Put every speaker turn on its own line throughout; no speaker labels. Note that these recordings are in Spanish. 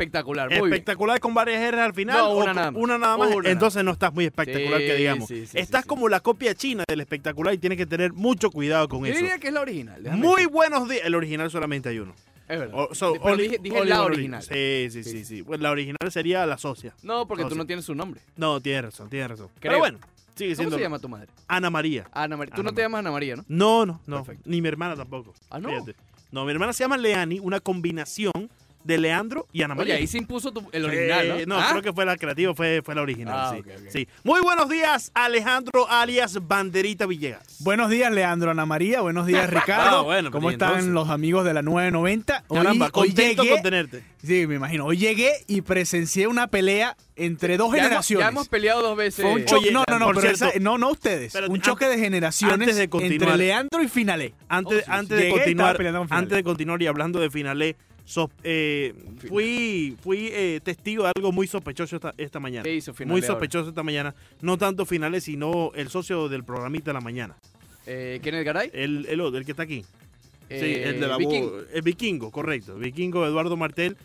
espectacular. Muy bien.
Espectacular con varias R al final.
No,
o
una
con-
nada más.
Una nada más.
Una
Entonces no estás muy espectacular,
Sí,
que digamos.
sí, sí,
estás
sí, sí.
como la copia china del espectacular y tienes que tener mucho cuidado con
Yo
eso.
diría que es la original. déjame
Muy Oh,
decir.
buenos días. El original solamente hay uno.
Es verdad.
O- so-
Pero
Oli-
dije, dije
Oliver
la
Oli-
original.
Sí, sí, sí,
Sí.
sí. Bueno, la original sería la socia.
No, porque tú
Socia.
no tienes su nombre.
No, tienes razón, tienes razón. Pero
Creo.
bueno, sigue
¿Cómo
siendo
se llama tu madre? Ah,
Ana María.
Ana María. Tú
Ana
no te
María.
llamas Ana María, ¿no?
No, no, no.
Perfecto.
Ni mi hermana tampoco.
Ah, no.
Fíjate. No, mi hermana se llama Leani, una combinación de Leandro y Ana
Oye,
María.
ahí se impuso tu- el original,
Eh,
¿no?
no,
¿Ah?
creo que fue la creativa, fue, fue la original.
Ah,
sí.
ok, ok.
sí. Muy buenos días, Alejandro alias Banderita Villegas.
Buenos días, Leandro, Ana María. Buenos días, Ricardo.
Ah, bueno, pero
¿Cómo
¿y
están
entonces?
los amigos de la 990? Hoy,
Caramba,
hoy
contento
llegué.
con tenerte.
Sí, me imagino. Hoy llegué y presencié una pelea entre dos
Ya hemos,
generaciones.
ya hemos peleado dos veces. Eh,
Fue un choque-
Oye,
no, no, no,
por
pero
cierto-
esa- no, no ustedes.
Espérate,
un choque
an-
de generaciones
antes de continuar-
entre Leandro y Finalé.
Antes,
Oh, sí,
antes
sí.
de
Llegué y estaba
continuar,
peleando con Finale.
antes de continuar y hablando de finales, eh, fui, fui eh, testigo de algo muy sospechoso esta, esta mañana.
¿Qué hizo Finale
Muy
ahora?
sospechoso esta mañana. No tanto finales, sino el socio del programita de la mañana.
Eh, ¿Quién es Garay?
El, el, otro, el que está aquí. Sí,
Eh,
el de la
Viking.
voz- El vikingo, correcto. Vikingo Eduardo Martel.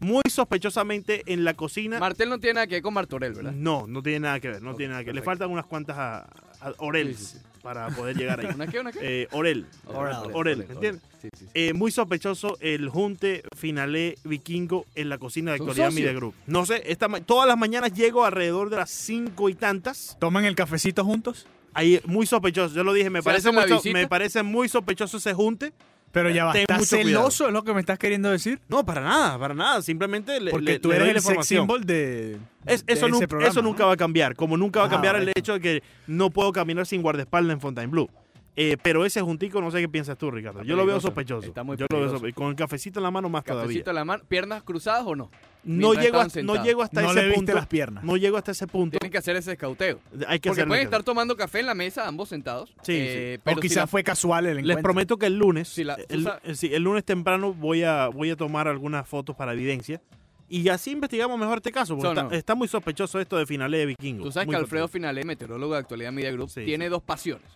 Muy sospechosamente en la cocina.
Martel no tiene nada que ver con Martorell, ¿verdad?
No, no tiene nada que ver, no
Ok,
tiene nada que ver. Le
perfecto.
faltan unas cuantas a, a Orel
Sí, sí, sí.
para poder llegar ahí.
¿Una qué? ¿Una qué?
Eh, Orel.
Orel,
Orel,
Orel, Orel.
¿entiendes?
Sí, sí, sí.
Eh, muy sospechoso el junte finalé vikingo en la cocina de
¿Son
Actualidad
socios?
Media Group. No sé, esta ma- todas las mañanas llego alrededor de las cinco y tantas.
¿Toman el cafecito juntos?
Ahí, muy sospechoso. Yo lo dije, me,
¿Se
parece
hacen la
muy, so-
visita?
me parece muy sospechoso ese junte.
Pero ya va.
Ten
¿Estás
mucho cuidado.
celoso? ¿Es lo que me estás queriendo decir?
No, para nada, para nada. Simplemente le,
Porque
le-
tú
le
eres
doy la
el sex
información.
symbol de,
Es-
de
eso,
ese
nun-
programa,
eso
¿no?
nunca va a cambiar. Como nunca va a
Ah,
cambiar el
correcto.
hecho de que no puedo caminar sin guardaespaldas en Fontainebleau. Eh, pero ese juntico, no sé qué piensas tú, Ricardo.
Está
Yo lo veo
peligroso.
sospechoso.
Está muy
Yo lo veo
peligroso.
sospe- Con el cafecito en la mano más
Cafecito
todavía.
en la mano. ¿Piernas cruzadas o no?
No
mientras
llego,
estaban
hasta, no
sentados.
llego hasta
No le
ese
viste
punto.
las piernas.
No llego hasta ese punto.
Tienen que hacer ese escauteo.
Hay
Porque
que hacerlo.
pueden estar tomando café en la mesa, ambos sentados.
Sí,
eh,
O
pero si
quizás
la-
fue casual el encuentro.
Les prometo que el lunes,
Si la- tú
el,
sabes-
eh, sí, el lunes temprano voy a, voy a tomar algunas fotos para evidencia. Y así investigamos mejor este caso, porque
Son,
está,
no.
está muy sospechoso esto de finales de vikingos.
Tú sabes
Muy
que Alfredo
sospechoso.
Finale, meteorólogo de Actualidad Media Group,
Sí,
tiene dos pasiones.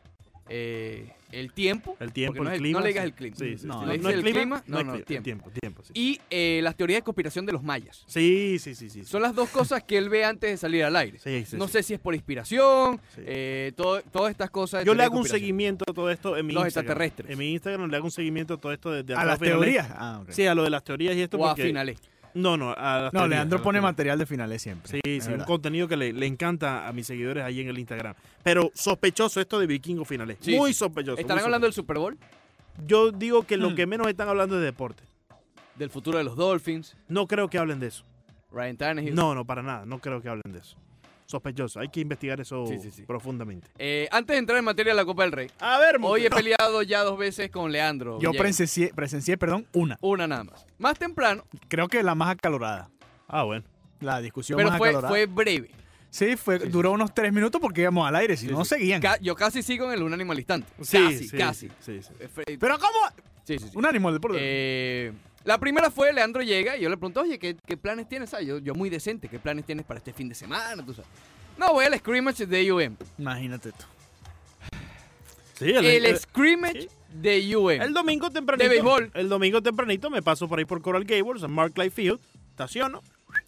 Eh, el tiempo.
El tiempo,
porque no
el
es-
clima.
No le digas
sí.
el clima.
Sí, sí,
No,
sí.
le
dices el clima, no,
es
no,
clima,
tiempo.
Tiempo, tiempo, sí.
Y eh, las teorías de conspiración de los mayas.
Sí, sí, sí, sí. sí.
Son las dos cosas que él ve antes de salir al aire.
Sí, sí,
no
sí.
sé si es por inspiración,
Sí.
eh, todo- todas estas cosas. de
Yo le
teoría de
hago un
conspiración.
seguimiento a todo esto en mi
Los
Instagram.
extraterrestres.
En mi Instagram le hago un seguimiento a todo esto de, de
a
atrás
las
finales.
teorías. Ah, ok.
Sí, a lo de las teorías y esto.
O a
porque-
Finale.
No, no, a las
No,
teorías, a
Leandro
las
pone
teorías.
material de finales siempre.
Sí,
Es
sí, un
verdad.
contenido que le, le encanta a mis seguidores ahí en el Instagram. Pero sospechoso esto de Vikingo Finales.
Sí,
muy
sí.
sospechoso.
¿Estarán
muy
hablando del Super Bowl?
sospechoso. Yo digo que lo
Hmm.
que menos están hablando es de deporte.
¿Del futuro de los Dolphins?
No creo que hablen de eso.
¿Ryan Tannehill?
No, no, para nada. No creo que hablen de eso. Sospechoso. Hay que investigar eso
Sí, sí, sí.
profundamente.
Eh, antes de entrar en materia de la Copa del Rey,
A ver,
hoy he peleado ya dos veces con Leandro.
Yo
Villegas.
presencié, presencié, perdón, una.
Una nada más. Más temprano,
Creo que la más acalorada.
Ah, bueno.
La discusión
pero
más
fue,
acalorada.
fue breve.
sí, fue,
sí,
duró unos tres minutos porque íbamos al aire, si
Sí,
no
sí.
seguían.
Ca- yo casi sigo en el un animal instante.
Sí,
casi,
sí,
casi.
sí, sí.
Eh, fue-
Pero ¿cómo?
Sí, sí, sí.
Un ánimo del deporte.
Eh, la primera fue Leandro llega y yo le pregunto, oye, ¿qué, qué planes tienes? Ah, Yo, yo muy decente, ¿qué planes tienes para este fin de semana? Tú sabes. No, voy al scrimmage de UM.
Imagínate tú.
Sí, el,
El scrimmage de UM.
el domingo tempranito.
De béisbol.
El domingo tempranito me paso por ahí por Coral Gables, en Mark Life Field. Estaciono.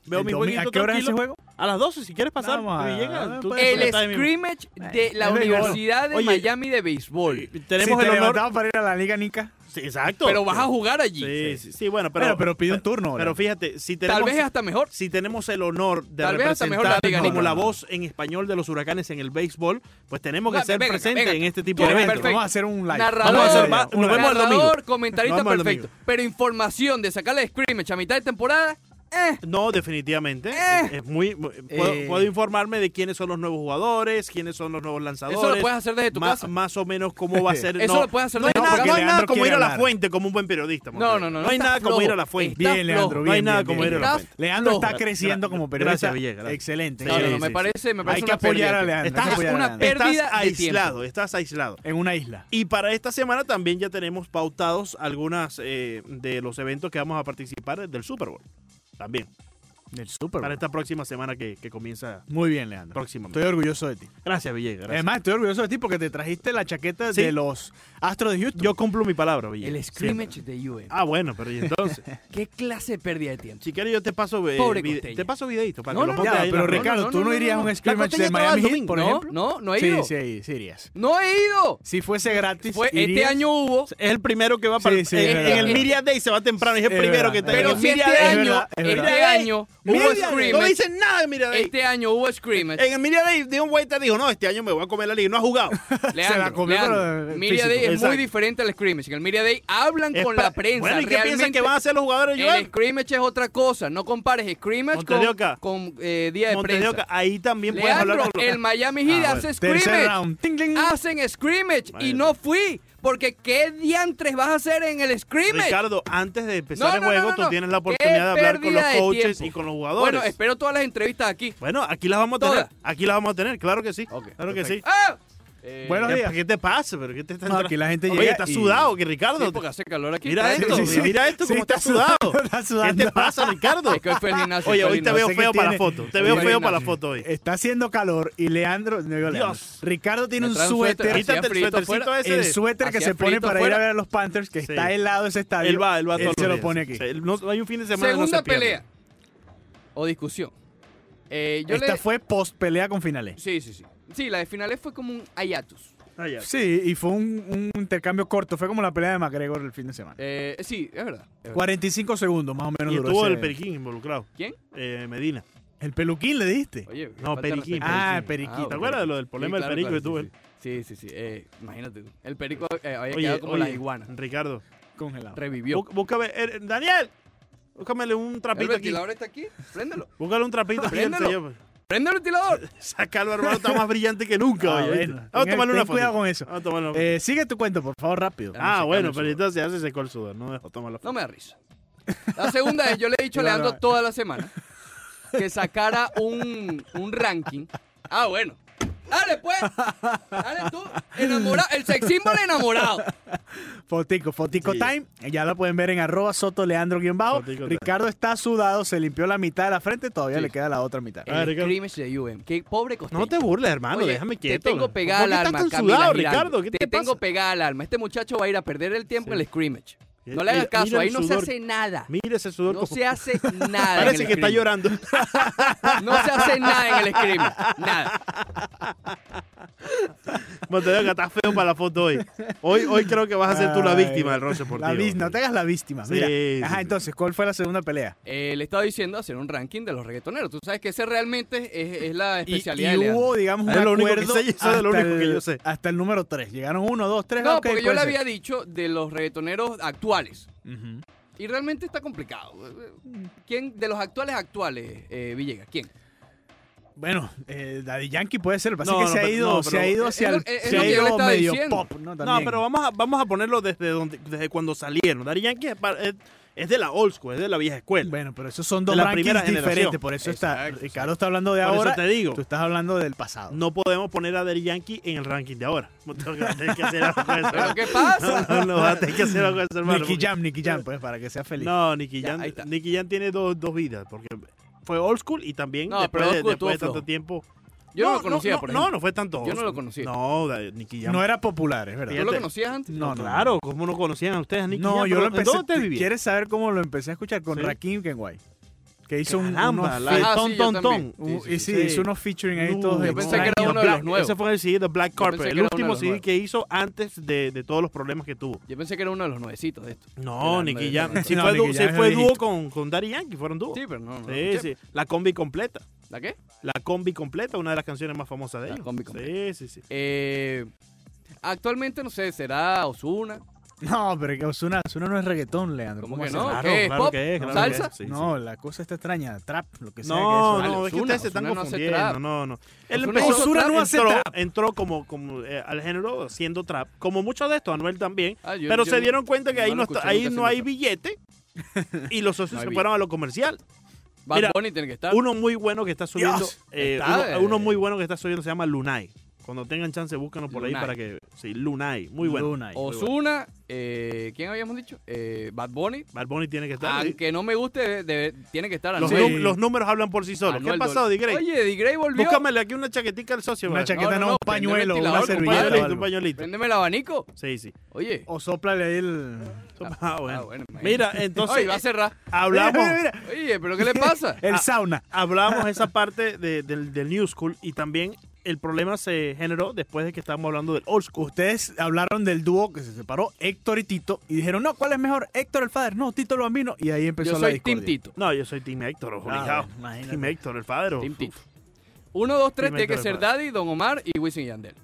Veo
El
mi
domi-
jueguito
¿A qué hora es ese
tranquilo.
juego?
A las 12, si quieres pasar.
Vamos a- pues,
tú llegas, tú
El
te
El
estás ahí mismo.
scrimmage de la
Es béisbol.
Universidad de
Oye,
Miami de béisbol.
Y
Si
Tenemos
te
el honor.
levantabas para ir a la Liga Nica.
Sí, exacto.
Pero vas a jugar allí.
Sí, sí, sí, bueno, pero,
Pero, pero pide un turno.
pero
Leandro.
fíjate, si tenemos,
Tal vez hasta mejor.
si tenemos el honor de
Tal vez hasta mejor la
representar
Liga Nica.
como la voz en español de los huracanes en el béisbol, pues tenemos que
Va,
ser
venga,
presentes
venga.
en este
Tú
tipo de
eres
eventos.
perfecto.
Vamos a hacer un live.
Narrador,
Vamos a hacer-
va- nos vemos el
narrador,
domingo.
comentarista
Nos vemos el
perfecto.
domingo.
Pero información de sacarle de scrimmage a mitad de temporada, eh,
No, definitivamente. Es- Es muy, muy- puedo,
Eh.
puedo informarme de quiénes son los nuevos jugadores, quiénes son los nuevos lanzadores.
eso lo puedes hacer desde tu
más,
casa.
más o menos cómo va a ser.
Eso
no,
lo puedes hacer
no hay
desde tu
nada,
casa.
no hay nada
Leandro
como ir a
quiere
la
hablar.
fuente como un buen periodista.
No, no, no.
No hay
estás
nada como ir
flojo,
a la fuente.
estás
Bien, Eh, Leandro,
flojo.
No hay
bien,
nada
bien,
como
bien.
ir a la
Estás
fuente.
Leandro está
flojo.
creciendo como periodista.
Gracias, Villegas, gracias.
Excelente.
Sí,
No, no, no,
excelente.
me parece, me parece
Hay que
una
apoyar
pérdida.
a Leandro. hay que
Estás
apoyar a
una
Leandro.
pérdida
Estás
de tiempo.
aislado, estás aislado.
En una isla.
Y para esta semana también ya tenemos pautados algunas eh, de los eventos que vamos a participar del Super Bowl. También.
Del Super
para
Bowl.
esta próxima semana que, que comienza
Muy bien, Leandro.
próximamente.
Estoy orgulloso de ti.
Gracias, Villegas. gracias.
Además, estoy orgulloso de ti porque te trajiste la chaqueta
Sí.
de los Astros de Houston.
yo cumplo mi palabra, Villegas.
El
siempre.
scrimmage de UM.
Ah, bueno, pero y entonces,
¿Qué clase de pérdida de tiempo?
si quieres yo te paso eh,
Pobre
vide-
Costeño.
te paso videito para
No,
que
no,
lo
ya,
pongas
Ya,
ahí en
pero
la-
no,
Ricardo,
no,
tú
no,
no,
no,
irías
no.
a un scrimmage
costeña
de
estaba el
Miami Heat,
domingo,
por
no,
ejemplo.
no, no he
Sí,
ido.
sí, sí irías.
No he ido.
Si fuese gratis,
Fue, este
irías.
año hubo.
Es el primero que va para
Sí, sí,
en-
es
en,
verdad.
el Media Day se va temprano, es el
Es
primero
verdad,
que
es
está
Pero
en
si
el
este
Media
es
año,
verdad, es
este
verdad.
año hubo
Media Day. Eh, No
scrimmage.
dicen nada Eh, en Media Day.
Este año hubo scrimmage.
En el Media Day Dion Waiter dijo, no, este año me voy a comer la liga, no ha jugado.
Leandro,
la comió,
Leandro,
pero, eh,
Media
físico.
Day es muy
Exacto.
diferente al scrimmage. En el Media Day hablan
Es
con
pa-
la prensa.
Bueno, ¿y qué piensas
Realmente,
que van a hacer los jugadores,
El
Joel?
scrimmage es otra cosa. No compares scrimmage con,
Monte de Oca.
con, eh, día de
Montes de
prensa.
Oca, ahí también puedes hablar
Leandro,
con los...
el Miami Heat
Ah,
hace
Tercer
scrimmage.
round. Ah, Ting, ting.
Hacen scrimmage y
Bueno.
no fui. Porque ¿qué diantres vas a hacer en el scrimmage?
Ricardo, antes de empezar
No,
el
no,
juego,
no,
tú
no.
tienes la
Qué
oportunidad de hablar con los
pérdida de
coaches
tiempo.
y con los jugadores.
Bueno, espero todas las entrevistas aquí.
Bueno, aquí las vamos a
Todas.
tener. Aquí las vamos a tener, claro que sí.
Ok,
claro que sí.
¡Ah! Eh,
Buenos
¿Qué-
días.
¿Qué te pasa? ¿Pero qué te está
No,
entrando?
aquí la gente
Oye,
llega
está
y-
sudado, que Ricardo.
sí, porque hace calor aquí.
Mira
Está
esto,
bien.
Sí, sí, sí.
mira esto
Sí,
como
está
está sudado.
sudando, está
¿Qué te
sudando.
pasa, Ricardo?
Es que hoy fue el gimnasio,
Oye,
fue
hoy
el
te
gimnasio.
veo
sé qué
feo para la
tiene-
foto. Te veo
Oye,
feo
Ignacio.
para la foto hoy.
Está haciendo calor y Leandro, no digo Leandro.
Dios.
Ricardo tiene
Me
un
trae un suéter.
suéter,
Hacía
Quítate el
frito
suétercito
afuera.
ese.
el suéter que
Hacía
se pone
frito
para ir
afuera.
a ver a los Panthers, que
Sí.
está helado ese estadio.
Él va, él va
Él
todos
se
los
lo
días.
pone aquí.
Sí, él no- hay un fin de semana que no
Segunda
se pierde.
pelea. O discusión. Eh, yo
Esta
le...
fue post pelea con finales.
Sí, sí, sí. Sí, la de finales fue como un hiatus.
Ah, ya.
Sí, y fue un, un intercambio corto. Fue como la pelea de McGregor el fin de semana.
Eh, sí, es verdad. es verdad.
45 segundos más o menos
Y
duró
estuvo
ese-
el Periquín involucrado.
¿Quién?
Eh, Medina.
El peluquín le diste.
Oye, falta
No,
de
Periquín.
respeto.
Ah,
Periquín.
Periquín.
Ah,
¿Te acuerdas de lo del problema
Sí,
del perico que
claro,
tuvo
claro,
él?
Sí, sí, sí. sí. Eh, imagínate tú. El perico eh, había
Oye,
quedado como la
oye,
iguana.
Ricardo.
Congelado.
Revivió.
bú- Búscame, eh, Daniel, búscamele un
¿El
trapito aquí.
ventilador está aquí? Préndelo.
Búscale un trapito aquí.
Préndelo.
señor.
Prende el ventilador.
Sácalo, hermano, está más brillante que nunca.
Ah,
oye, ¿viste?
bueno.
Vamos a
Ten-
tomarle
ten
una foto.
cuidado con eso.
Vamos a tomarle una foto.
Eh, sigue tu cuento, por favor, rápido.
ah,
se
bueno,
calma,
pero
sudor.
entonces ya se secó el sudor. No dejó tomar la
No
foto.
me da risa. La segunda es, yo le he dicho a
No,
Leandro
no.
toda la semana que sacara un, un ranking. Ah, bueno. Dale, pues. Dale tú. Enamorado. El sex symbol enamorado.
Fotico, Fotico
Sí.
Time. Ya la pueden ver en arroba soto leandro-bajo.
Fotico Time.
Ricardo está sudado, se limpió la mitad de la frente, todavía
Sí.
le queda la otra mitad.
Eh, Ah,
El
Ricardo.
scrimmage de UM. Qué pobre costeño.
Ah, No te burles, hermano,
Oye,
déjame quieto.
Te tengo
bro.
pegada
¿Por
al
qué estás
alma,
tan
Camila
sudado,
Giraldo.
Ricardo? ¿Qué te,
tengo
pasa?
pegada al alma. Este muchacho va a ir a perder el tiempo en el scrimmage. No le
Mira-
hagas caso,
mira el
ahí no se
sudor.
hace nada.
Mira ese sudor.
No
como-
se hace nada. en
Parece
el
que está
scrimmage.
llorando.
No se hace nada en el scrimmage. Nada.
Montevideo, que estás feo para la foto hoy. Hoy, hoy creo que vas a ser tú la
Ay,
víctima del roce por
la vis- no te hagas la víctima.
Sí,
Mira.
sí,
Ajá,
sí.
entonces, ¿cuál fue la segunda pelea?
Eh, le estaba diciendo hacer un ranking de los reggaetoneros. Tú sabes que ese realmente es, es la
Y,
especialidad
y
de Leandro.
hubo, digamos, un
Es lo único que
acuerdo
sé, eso es
hasta
lo único que
el-
yo sé.
Hasta el número 3. Llegaron 1, 2, 3.
No, porque yo le había dicho de los reggaetoneros actuales. Y realmente está complicado. ¿Quién de los actuales actuales, eh, Villegas? ¿Quién?
Bueno, eh, Daddy Yankee puede ser. Parece
No,
que
no,
se, ha
pero-
ido,
no,
se
pero-
ha ido
Es
hacia
lo-
el
es
se
lo
ha
que yo
ido
le estaba
medio
diciendo.
pop. No,
No,
También.
pero vamos a, vamos a ponerlo desde, donde, desde cuando salieron. Daddy Yankee es, pa- es- es de la old school, es de la vieja escuela.
Bueno, pero esos son dos
De la
rankings
primera generación.
diferentes. Por eso está.
Exacto,
Ricardo está hablando de
Por eso
ahora.
te digo.
Tú estás hablando del pasado.
No podemos poner a Daddy Yankee en el ranking de ahora. Montevideo, vas a tener que hacer algo con eso,
¿Pero
hermano.
qué pasa?
No, no, no, vas a tener que hacer algo con eso, hermano.
Nicky
porque-
Jam, Nicky Jam, pues, para que sea feliz.
No, Nicky
Ya,
Jam,
ahí está.
Nicky Jam tiene dos, dos vidas. Porque fue old school y también
No,
después,
pero old
de,
school
después de
estuvo
tanto
flojo.
tiempo.
Yo no, lo conocía,
no,
por
no,
ejemplo.
no fue tanto.
Yo no lo
old school.
conocía.
No, da- Nicky Jam.
No era popular, es verdad.
¿Tú lo
Fíjate.
conocías antes?
No, no.
claro, ¿cómo no conocían a ustedes a Nicky
No,
Jam?
yo lo
¿Pero
empecé.
¿En dónde vivían?
¿Quieres saber cómo lo empecé a escuchar? Con
Sí.
Rakim Kenway. Que hizo un,
Caramba,
unos
la
Ah,
de
sí, yo
ton, ton,
también.
ton.
Un-
Sí, sí,
y
sí.
sí, hizo unos featuring ahí
No,
todos
yo pensé que
extraños.
era uno de los nuevos.
Ese fue el CD de Black
Yo pensé
Carpet,
que
el
era uno de
último
los
CD
nuevos.
que hizo antes de, de todos los problemas que tuvo.
Yo pensé que era uno de los nuevecitos de esto.
No,
Era
Nicky
de-
Jam.
de-
Sí
No,
fue,
Nicky
dúo-
Jam
sí
es
fue dúo
viejito.
con, con Daddy Yankee, fueron dúo.
Sí, pero no. no
Sí, sí, La combi completa.
¿La qué?
La combi completa, una de las canciones más famosas de
La
ellos.
combi completa.
Sí, sí, sí.
Eh, actualmente, no sé, será Osuna.
No, pero que Osuna, Osuna no es reggaetón, Leandro.
¿Cómo
¿Cómo
que
se
no?
llama?
¿qué es? ¿Pop? ¿Salsa?
que es, sí, sí.
No, la cosa está extraña. Trap, lo que sea.
No,
que eso-
Vale,
no, es que
Ozuna,
ustedes se están
Ozuna no hace
confundiendo.
trap.
No, no. Él
Ozuna
empezó
hizo
Ozuna
trap,
no hace
entró-
trap. Entró como, como eh, al género haciendo trap, como muchos de estos, Anuel también.
Ah, yo-
pero
yo
se
no-
dieron cuenta que
no
ahí
lo
no,
escuché
está- ahí
nunca
no
haciendo
hay
trap.
billete y los socios
No hay
se
billete.
fueron a lo comercial.
Bad
Mira,
Bunny tiene que estar.
Uno muy bueno que está subiendo,
Dios,
eh,
está,
uno, uno
eh.
muy bueno que está subiendo se llama Lunay. Cuando tengan chance, búscanos por ahí
Lunay.
para que. Sí, Lunay. Muy bueno.
Lunay.
muy bueno.
Osuna, eh, ¿quién habíamos dicho? Eh, Bad Bunny.
Bad Bunny tiene que estar.
Aunque no me guste, de- de- tiene que estar al
Los,
Sí.
menos.
nu- los números hablan por sí solos. ¿Qué
Anuel
pasó,
Dol-
Digrey?
Oye, Digray volvió.
Búscamele aquí una chaquetica al socio.
Una
¿verdad?
chaqueta,
no,
no,
no,
un
prende el
pañuelo,
ventilador,
una
un
chaqueta,
servilleta.
pañuelito, un
o algo. Ah,
pañuelito.
Préndeme el abanico.
Sí, sí.
Oye.
O soplale ahí el.
Ah,
Ah,
Oh, bueno.
bueno, imagínate.
Mira, entonces
Ay, va a cerrar.
hablamos,
Mira, mira, mira.
Oye, ¿pero qué le pasa?
El
Ah.
sauna.
hablamos esa parte de- del, del New School y también el problema se generó después de que estábamos hablando del Old School.
Ustedes hablaron del dúo que se separó Héctor y Tito y dijeron, no, ¿cuál es mejor? Héctor el Fader, no, Tito el Bambino. Y ahí empezó
Yo
la
soy Team
discordia.
Tito.
No, yo soy Team Héctor, ojo,
Ah,
ligado.
bueno, imagínate.
Team Héctor, el padre.
Team
ojo.
Tito. Uno, dos, tres,
Team
tiene que
Héctor
ser
Herrera.
Daddy, Don Omar y Wisin y Yandel.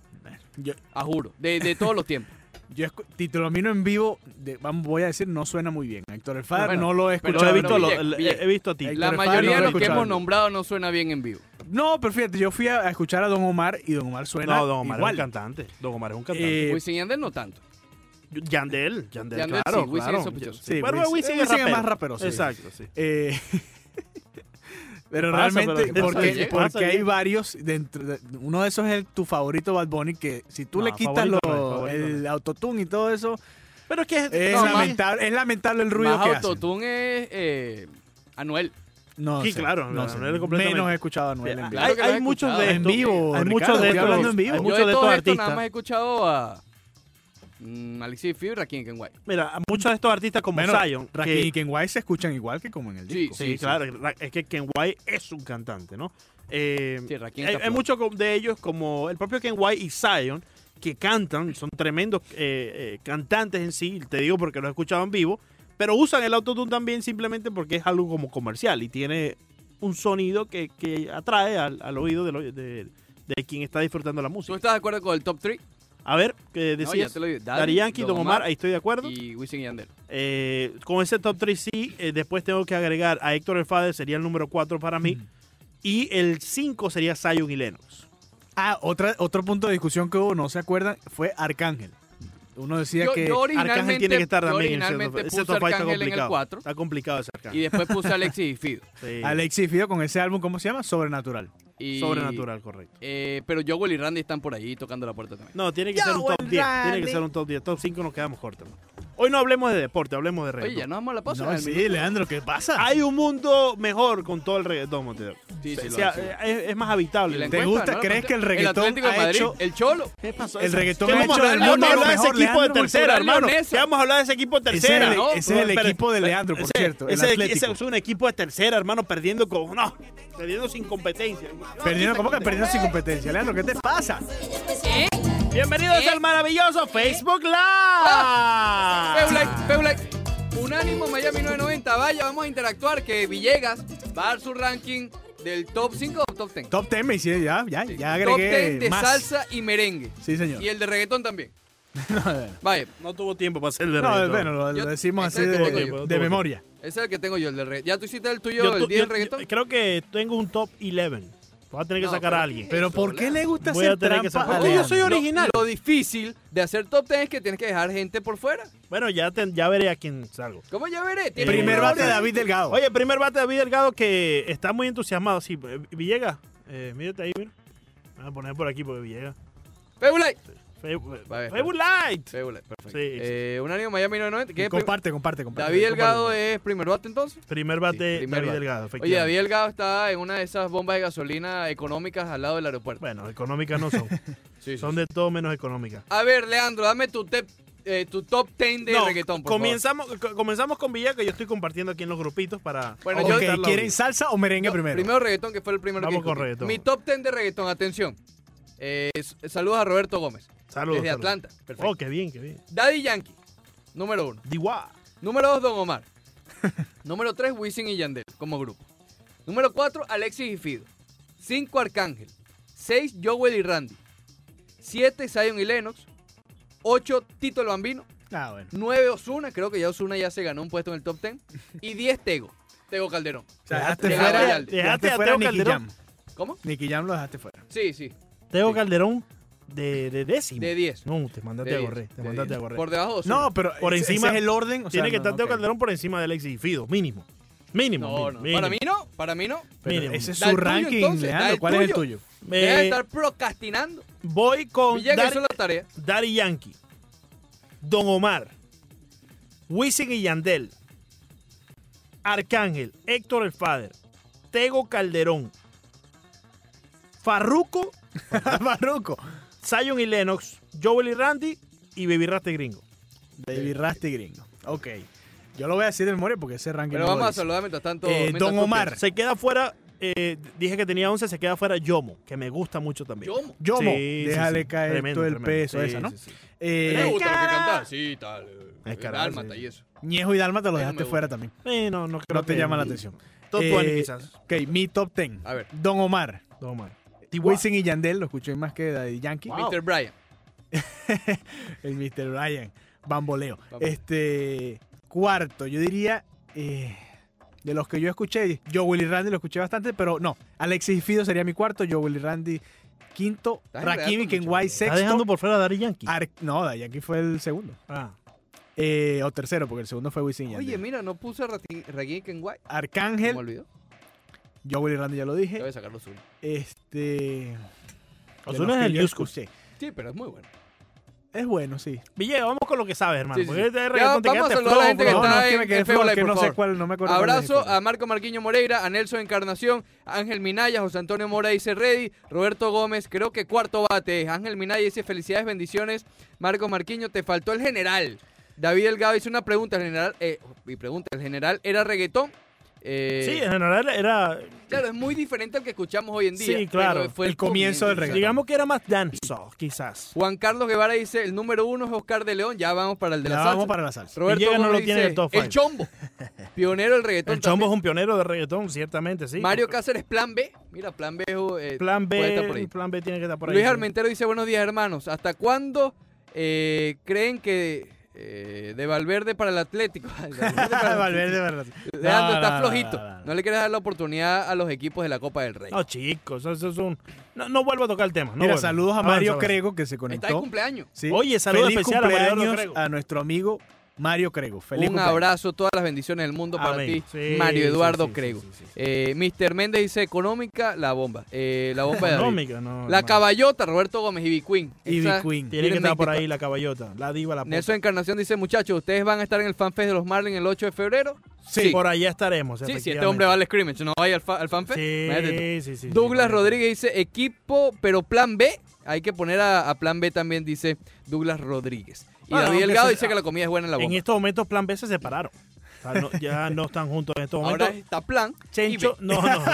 Yo,
A juro. De, de todos los tiempos.
yo escu- Tito el Bambino en vivo, de- vamos, voy a decir, no suena muy bien. Héctor el Fader
Bueno,
no lo he
pero-
Lo
escuchado.
he, visto,
pero
lo-
Villegas,
el-
Villegas.
he visto a ti.
Héctor
La
el Fader
mayoría
no
de
lo he
los que hemos
escuchado.
nombrado no suena bien en vivo.
No, pero fíjate, yo fui a, a escuchar a Don Omar y Don Omar suena
No, Don Omar
igual.
es un cantante. Don Omar es un cantante.
Eh,
Wisin y Yandel no tanto.
Yandel, Yandel,
Yandel
claro,
sí, Wisin es
claro.
sospechoso.
Sí,
Bueno,
Wisin-
Wisin
Wisin es más rapero, sí.
Exacto, sí.
Eh, pero
pasa,
realmente,
pero qué
porque,
pasa, Diego?
porque
Pasa,
hay
Diego.
varios, dentro de- uno de esos es el- tu favorito Bad Bunny, que si tú
No,
le quitas
favorito
lo-
no es, favorito
el
no es.
autotune y todo eso,
Pero es que
es,
no, más-
lamentable, es lamentable el ruido
Más
que hacen.
autotune es eh, Anuel.
No
Sí,
sé,
claro,
no
no,
sé.
no es completamente-
menos he escuchado a Anuel en
hay,
vivo.
Claro que lo
hay
he
muchos de
escuchado.
estos,
En
vivo,
hay muchos
Ricardo,
de
estoy
estos,
hablando en vivo.
hay
Yo
muchos
de
de estos
todo esto nada
artistas.
más he escuchado a mm, Alexis Fibra aquí en Kenway.
Mira, muchos de estos artistas como
Bueno,
Zion, que-
Rakim y Kenway se escuchan igual que como en el
Sí,
disco.
Sí, claro. ra- Es que Ken White es un cantante, ¿no? Eh,
Sí, Rakim está
hay hay
fuerte.
muchos co- de ellos, como el propio Ken White y Zion, que cantan, son tremendos eh, eh, cantantes en sí, te digo porque los he escuchado en vivo, pero usan el autotune también simplemente porque es algo como comercial y tiene un sonido que, que atrae al, al oído de, lo- de- de quien está disfrutando la
¿Tú
música.
estás de acuerdo con el top 3?
A ver, ¿qué
Pues, No, ya
decías?
te lo dije. Daddy,
Daddy Yankee, Don Omar, ahí estoy de acuerdo.
y Wisin y Yandel.
Eh, con ese top 3 sí, eh, después tengo que agregar a Héctor El Fader, sería el número 4 para mí. Y el 5 sería Zion y Lennox.
Ah, otra, otro punto de discusión que hubo, no se acuerdan, fue Arcángel. Uno decía
Yo,
que...
yo originalmente,
Arcángel tiene que estar
yo
también. ese
originalmente
top- ese
puse
top five está
Arcángel en el
complicado.
4
Está complicado ese
y
Arcángel.
después puse Alexis y Fido.
Sí.
Alexis Fido con ese álbum, ¿cómo se llama? Sobrenatural.
Y,
Sobrenatural, correcto.
eh, pero Joel y Randy están por ahí tocando la puerta también.
No, tiene que
Yo,
ser un top
el
10. Tiene que
Randy.
ser un top 10. Top 5 nos quedamos cortos. ¿no? Hoy no hablemos de deporte, hablemos de
Oye, ya
reggaetón.
nos vamos a la pausa.
No,
Al
sí,
minuto-
Leandro, ¿qué pasa?
Hay un mundo mejor con todo el reggaetón, Montero.
Sí, sí, lo
O sea,
hace.
eh, es, es más
Y la
habitable.
¿Te
encuesta,
gusta?
¿no?
¿Crees
La-
que el reggaetón
Atlético de
ha
Madrid,
hecho-
el Cholo?
¿Qué pasó?
El
Ese-
reggaetón
¿Qué
ha
vamos a
hecho
hablar?
del
Vamos a
mundo
hablar de ese
mejor,
equipo de
Leandro
tercera,
Montero.
hermano.
Leonesa.
¿Qué vamos a hablar de ese equipo de
Ese es
tercera?
el,
¿no?
ese es el
Pero-
equipo de Leandro, por
Ese-
cierto. el
Ese,
Atlético.
ese es un equipo de tercera, hermano, perdiendo con. No, perdiendo sin competencia.
Perdieron, ¿Cómo que perdieron sin competencia? Leandro, ¿qué te pasa?
Bienvenidos
¿Eh?
al maravilloso Facebook Live.
Ah.
Ah. Feulike, Feulike. Unánimo Miami 990. Vaya, vamos a interactuar que Villegas va a dar su ranking del top 5 o top 10.
Top 10 me hicieron, ya, ya, ya
top
agregué
10 de
más.
salsa y merengue.
Sí, señor.
Y el de reggaetón también. Vaya,
No tuvo tiempo para hacer el
No,
reggaetón.
bueno, lo, lo
Yo-
decimos así
ese
de,
tengo yo,
de
tengo yo.
memoria.
ese es el que tengo yo, el del reggaetón. Ya tú hiciste el tuyo,
Yo tu-
el 10
yo-
de reggaetón.
yo creo que tengo un top 11. Voy a tener que
No,
sacar
pero-
a alguien.
Pero ¿por qué le gusta
Voy a
hacer
tener que
trampa a
sacar- Porque yo
Leandro?
soy original.
Lo, lo difícil de hacer top 10 es que tienes que dejar gente por fuera.
Bueno, ya, te- ya veré a quién salgo.
¿Cómo ya veré?
eh,
Tiene
Primer
una
bate
hora.
David Delgado.
Oye, primer bate David Delgado que está muy entusiasmado. Sí, eh, Villegas, eh, mírate ahí, mira. Voy a poner por aquí porque Villegas.
Feulike.
Facebook
Va a ver,
Facebook Light.
Feulike, perfecto.
Sí, sí.
Eh, Unánimo Miami 990. ¿Qué es prim-
comparte, comparte, comparte.
David Delgado
comparte.
es primer bate entonces.
Primer bate
Sí, primer
David
bate.
Delgado,
Oye,
efectivamente.
David Delgado está en una de esas bombas de gasolina económicas al lado del aeropuerto.
Bueno, económicas no son.
Sí, sí,
son
sí.
de todo menos económicas.
A ver, Leandro, dame tu, tep- eh, tu top 10 de
No,
reggaetón, por
comenzamos, co- comenzamos con Villegas, que yo estoy compartiendo aquí en los grupitos para...
Bueno,
Ok,
yo-
¿quieren salsa o merengue
favor.
primero?
reggaetón, que fue el primero
Vamos
que
con
discutí.
reggaetón.
Mi top 10 de reggaetón, atención. Eh, s- saludos a Roberto Gómez,
Oh, Saludos.
desde
saludos.
Atlanta. Perfecto.
Oh, qué bien, qué bien.
Daddy Yankee, número 1.
Diwa.
Número 2, Don Omar. número 3, Wisin y Yandel, como grupo. Número 4, Alexis y Fido. 5, Arcángel. 6, Joel y Randy. 7, Zion y Lennox. 8, Tito el Bambino.
Ah, bueno.
9, Osuna. Creo que ya Osuna ya se ganó un puesto en el top 10. Y 10, Tego. Tego Calderón.
O sea, dejaste
Dejaste
fuera,
a-
dejaste
dejaste a
fuera
Teo
a Nicky
Calderón.
Jam.
¿Cómo?
Nicky Jam lo dejaste fuera.
Sí, sí.
Teo
Sí.
Calderón de, de décimo.
De 10.
No, te mandaste
De
a
10,
correr. Te
de
mandaste
10.
a correr.
Por debajo de Ozuna.
No, pero
Por
ese-
encima-
ese es el orden. o sea,
Tiene que
no,
estar Teo
ok.
Calderón por encima de Alexis y Fido, mínimo. Mínimo. Mínimo.
No,
mínimo,
no. Para
mínimo.
mí no. no, para mí no.
Pero
Mira,
ese es
da el
su
tuyo,
ranking,
entonces, da
Leandro.
el
¿Cuál es el
tuyo.
tuyo?
Deja de
Eh,
estar procrastinando.
voy con
Villegas,
Daddy,
eso es la tarea.
Daddy Yankee, Don Omar, Wisin y Yandel, Arcángel, Héctor el Father, Tego Calderón, Farruco,
Barroco.
Zion y Lennox, Joel y Randy y Baby Rasta Gringo.
David Rasty Gringo. Ok. Yo lo voy a decir de memoria porque ese ranking.
Pero
no lo
vamos a
dice.
saludar mientras tanto.
Eh,
mientras
Don
tú
Omar.
piensas.
Se queda fuera, eh, dije que tenía 11, se queda fuera Yomo, que me gusta mucho también.
Yomo.
Yomo,
Sí, sí,
déjale
sí.
caer
Tremendo,
todo el
tremendo.
peso
Sí,
esa, ¿no?
sí, sí.
Eh,
¿Te gusta lo que cantas? Sí, tal. eh,
Es que
Dálmata
sí.
y eso.
Ñejo y Dalma te lo
Él no
dejaste
me
fuera también.
Eh, no, no creo
no te
que-
llama la atención.
Top
Eh,
20 quizás.
Ok, mi top 10.
A ver.
Don Omar,
Don Omar.
Wisin y Yandel, lo escuché más que Daddy Yankee.
Wow.
Mr. Brian.
El Mr. Brian,
Bamboleo.
bamboleo. Este, cuarto, yo diría, eh, de los que yo escuché, yo Willy Randy lo escuché bastante, pero no, Alexis y Fido sería mi cuarto, yo Willy Randy quinto,
Estás
Rakimi
enredando
Kenway
mucho,
Está
sexto.
dejando por fuera a Daddy Yankee.
Ar- no, Daddy Yankee fue el segundo.
Ah.
Eh, o tercero, porque el segundo fue Wisin y Yandel.
Oye, mira, no puse Raggy Kenway. Me
Arcángel,
olvidó.
yo Willy Randy ya lo dije.
Te voy a sacar los uno.
Este.
Ozuna es
de los que
el
yo
New School.
escuché.
Sí, pero es muy bueno.
Es bueno, sí.
Villegas, vamos con lo que sabes, hermano.
Sí, sí,
porque
sí.
este
Ya,
reggaetón te
vamos a
quedaste
saludar a la
flojo,
gente que
pero-
está-
es
en-
que me
en
quedé
Feo
flojo,
Live,
que
por
no sé
favor.
cuál, no me acuerdo. cuál es el
Abrazo
disco.
a Marco Marquiño Moreira, a Nelson Encarnación, a Ángel Minaya, José Antonio Mora dice ready, Roberto Gómez, creo que cuarto bate. es. Ángel Minaya dice felicidades, bendiciones. Marco Marquiño, te faltó el general. David Elgado hizo una pregunta, el general, eh, mi pregunta, ¿el general era reggaetón? Eh,
Sí, en general era.
Claro, es muy diferente al que escuchamos hoy en día.
Sí, claro,
pero fue
el comienzo del reggaetón.
Digamos que era más danzo, quizás.
Juan Carlos Guevara dice, el número uno es Oscar de León, ya vamos para el de
Ya
la
vamos
salsa.
para la salsa.
Roberto
Villegas no
Gómez
lo tiene en
dice,
el top five.
el chombo, pionero del reggaetón.
El Chombo
también.
es un pionero de reggaetón, ciertamente, sí.
Mario Cáceres, plan B. Mira, plan B. eh,
Plan
puede estar por ahí.
B, plan B tiene que estar por ahí.
Luis
sí.
Armentero dice, buenos días, hermanos. ¿Hasta cuándo eh, creen que eh, de Valverde para el Atlético? Ay, de Valverde para el
Valverde, Valverde.
Atlético. Leandro,
No,
está
no, no,
flojito.
no, no, no.
No le quieres dar la oportunidad a los equipos de la Copa del Rey.
No, chicos, eso es un. No, no vuelvo a tocar el tema. No
Mira,
vuelvo.
saludos a
Avanza,
Mario
avanza.
Crego que se
Está de
conectó.
cumpleaños.
Sí.
Oye, saludos
Feliz
especial a Mario Eduardo
cumpleaños
Crego.
a nuestro amigo Mario Crego. Feliz
Un
cumpleaños.
abrazo, todas las bendiciones del mundo para
Amén.
ti,
Sí,
Mario
sí,
Eduardo
sí, sí,
Crego.
sí, sí, sí.
Eh, Mr. Méndez dice, económica, la bomba. Eh, la bomba de David.
Económica, no.
La
hermano.
caballota, Roberto Gómez y B-Queen.
Y
Esa-
Big
Tiene
Queen.
que
Tienen
estar por
24.
ahí la caballota. La diva, la puta.
Nelson Encarnación dice, muchachos, ¿ustedes van a estar en el fanfest de los Marlins el 8 de febrero?
Sí.
Por allá estaremos.
Sí, si este
efectivamente.
hombre va al scrimmage, no vaya al, fa- al fanfest. Imagínate tú.
Sí, sí, sí.
Douglas
sí,
Rodríguez dice, equipo, pero plan B. Hay que poner a, a plan B también, dice Douglas Rodríguez. Y
Ah,
David
aunque
Delgado
se-
dice que la comida es buena en la
En este
bomba.
estos momentos, Plan B se separaron. O sea, no- ya no están juntos en estos momentos.
Ahora está plan. y
Chencho,
B.
no, no, no.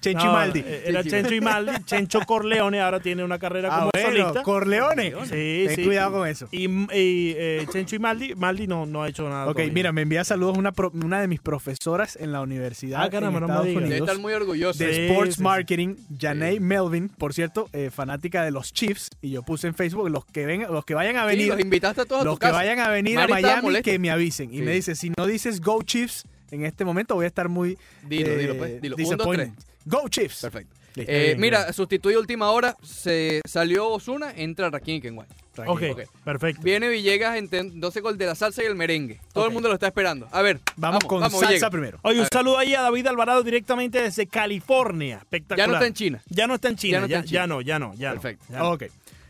Chencho
No,
y Maldi.
eh, Era
Chencho y-
Chencho y Maldi. Chencho Corleone ahora tiene una carrera
Ah,
como
bueno,
solista.
Corleone.
Sí,
Ten
sí.
cuidado con eso.
Y, y, eh, Chencho y Maldi, Maldi no, no ha hecho nada.
Ok,
todavía.
mira, me envía saludos una, pro- una de mis profesoras en la universidad
Ah, caramba,
en
no me
Estados
digas.
Debe
Unidos.
estar muy orgulloso.
de
Sí,
Sports
sí, sí.
Marketing, Janay
Sí.
Melvin, por cierto, eh, fanática de los Chiefs, y yo puse en Facebook los que ven, los que vayan a
Sí,
venir,
los invitaste a todos a
los
tu
que
casa.
vayan a venir
Mari
a
estaba
Miami
molesta.
que me avisen y
Sí.
me dice, si no dices Go Chiefs en este momento voy a estar muy
Dilo,
eh,
dilo, pues. Dilo. Un, dos, tres.
disappointed. Go Chiefs.
Perfecto.
Listo.
Eh,
bien,
mira,
bien.
sustituye última hora. Se salió Osuna, entra Rakim Kenway.
Tranquilo.
Ok,
ok.
perfecto.
Viene Villegas entonces con el de la salsa y el merengue. Todo el
Ok.
mundo lo está esperando. A ver,
Vamos, con salsa
Villegas.
primero.
Oye,
A
un
ver.
saludo ahí a David Alvarado directamente desde California.
Ya
Espectacular.
no está en China.
Ya no está en China.
no
Ya,
está en China.
ya no, ya no, ya no.
Perfecto.
Ya no.
Ok.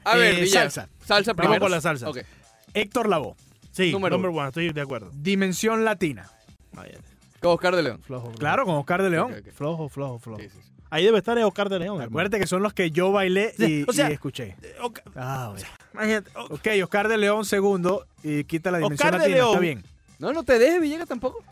A ver,
Eh,
Villegas.
salsa.
Salsa primero.
Vamos con la salsa.
Ok.
Héctor Lavoe,
Sí,
Número
número one, estoy de acuerdo.
Dimensión Latina.
Con Oscar de León.
Flojo, bro.
Claro, con Oscar de León.
Ok, ok.
Flojo, flojo, flojo.
Sí, sí, sí.
Ahí debe estar Oscar de León. hermano.
Acuérdate que son los que yo bailé y,
Sí, o sea-
y escuché.
Eh, Oca-
Ah, bueno.
imagínate, o-
Ok, Oscar de León segundo y quita la dimensión
Oscar de
latina, está
León.
bien.
No, no te dejes, Villegas, tampoco.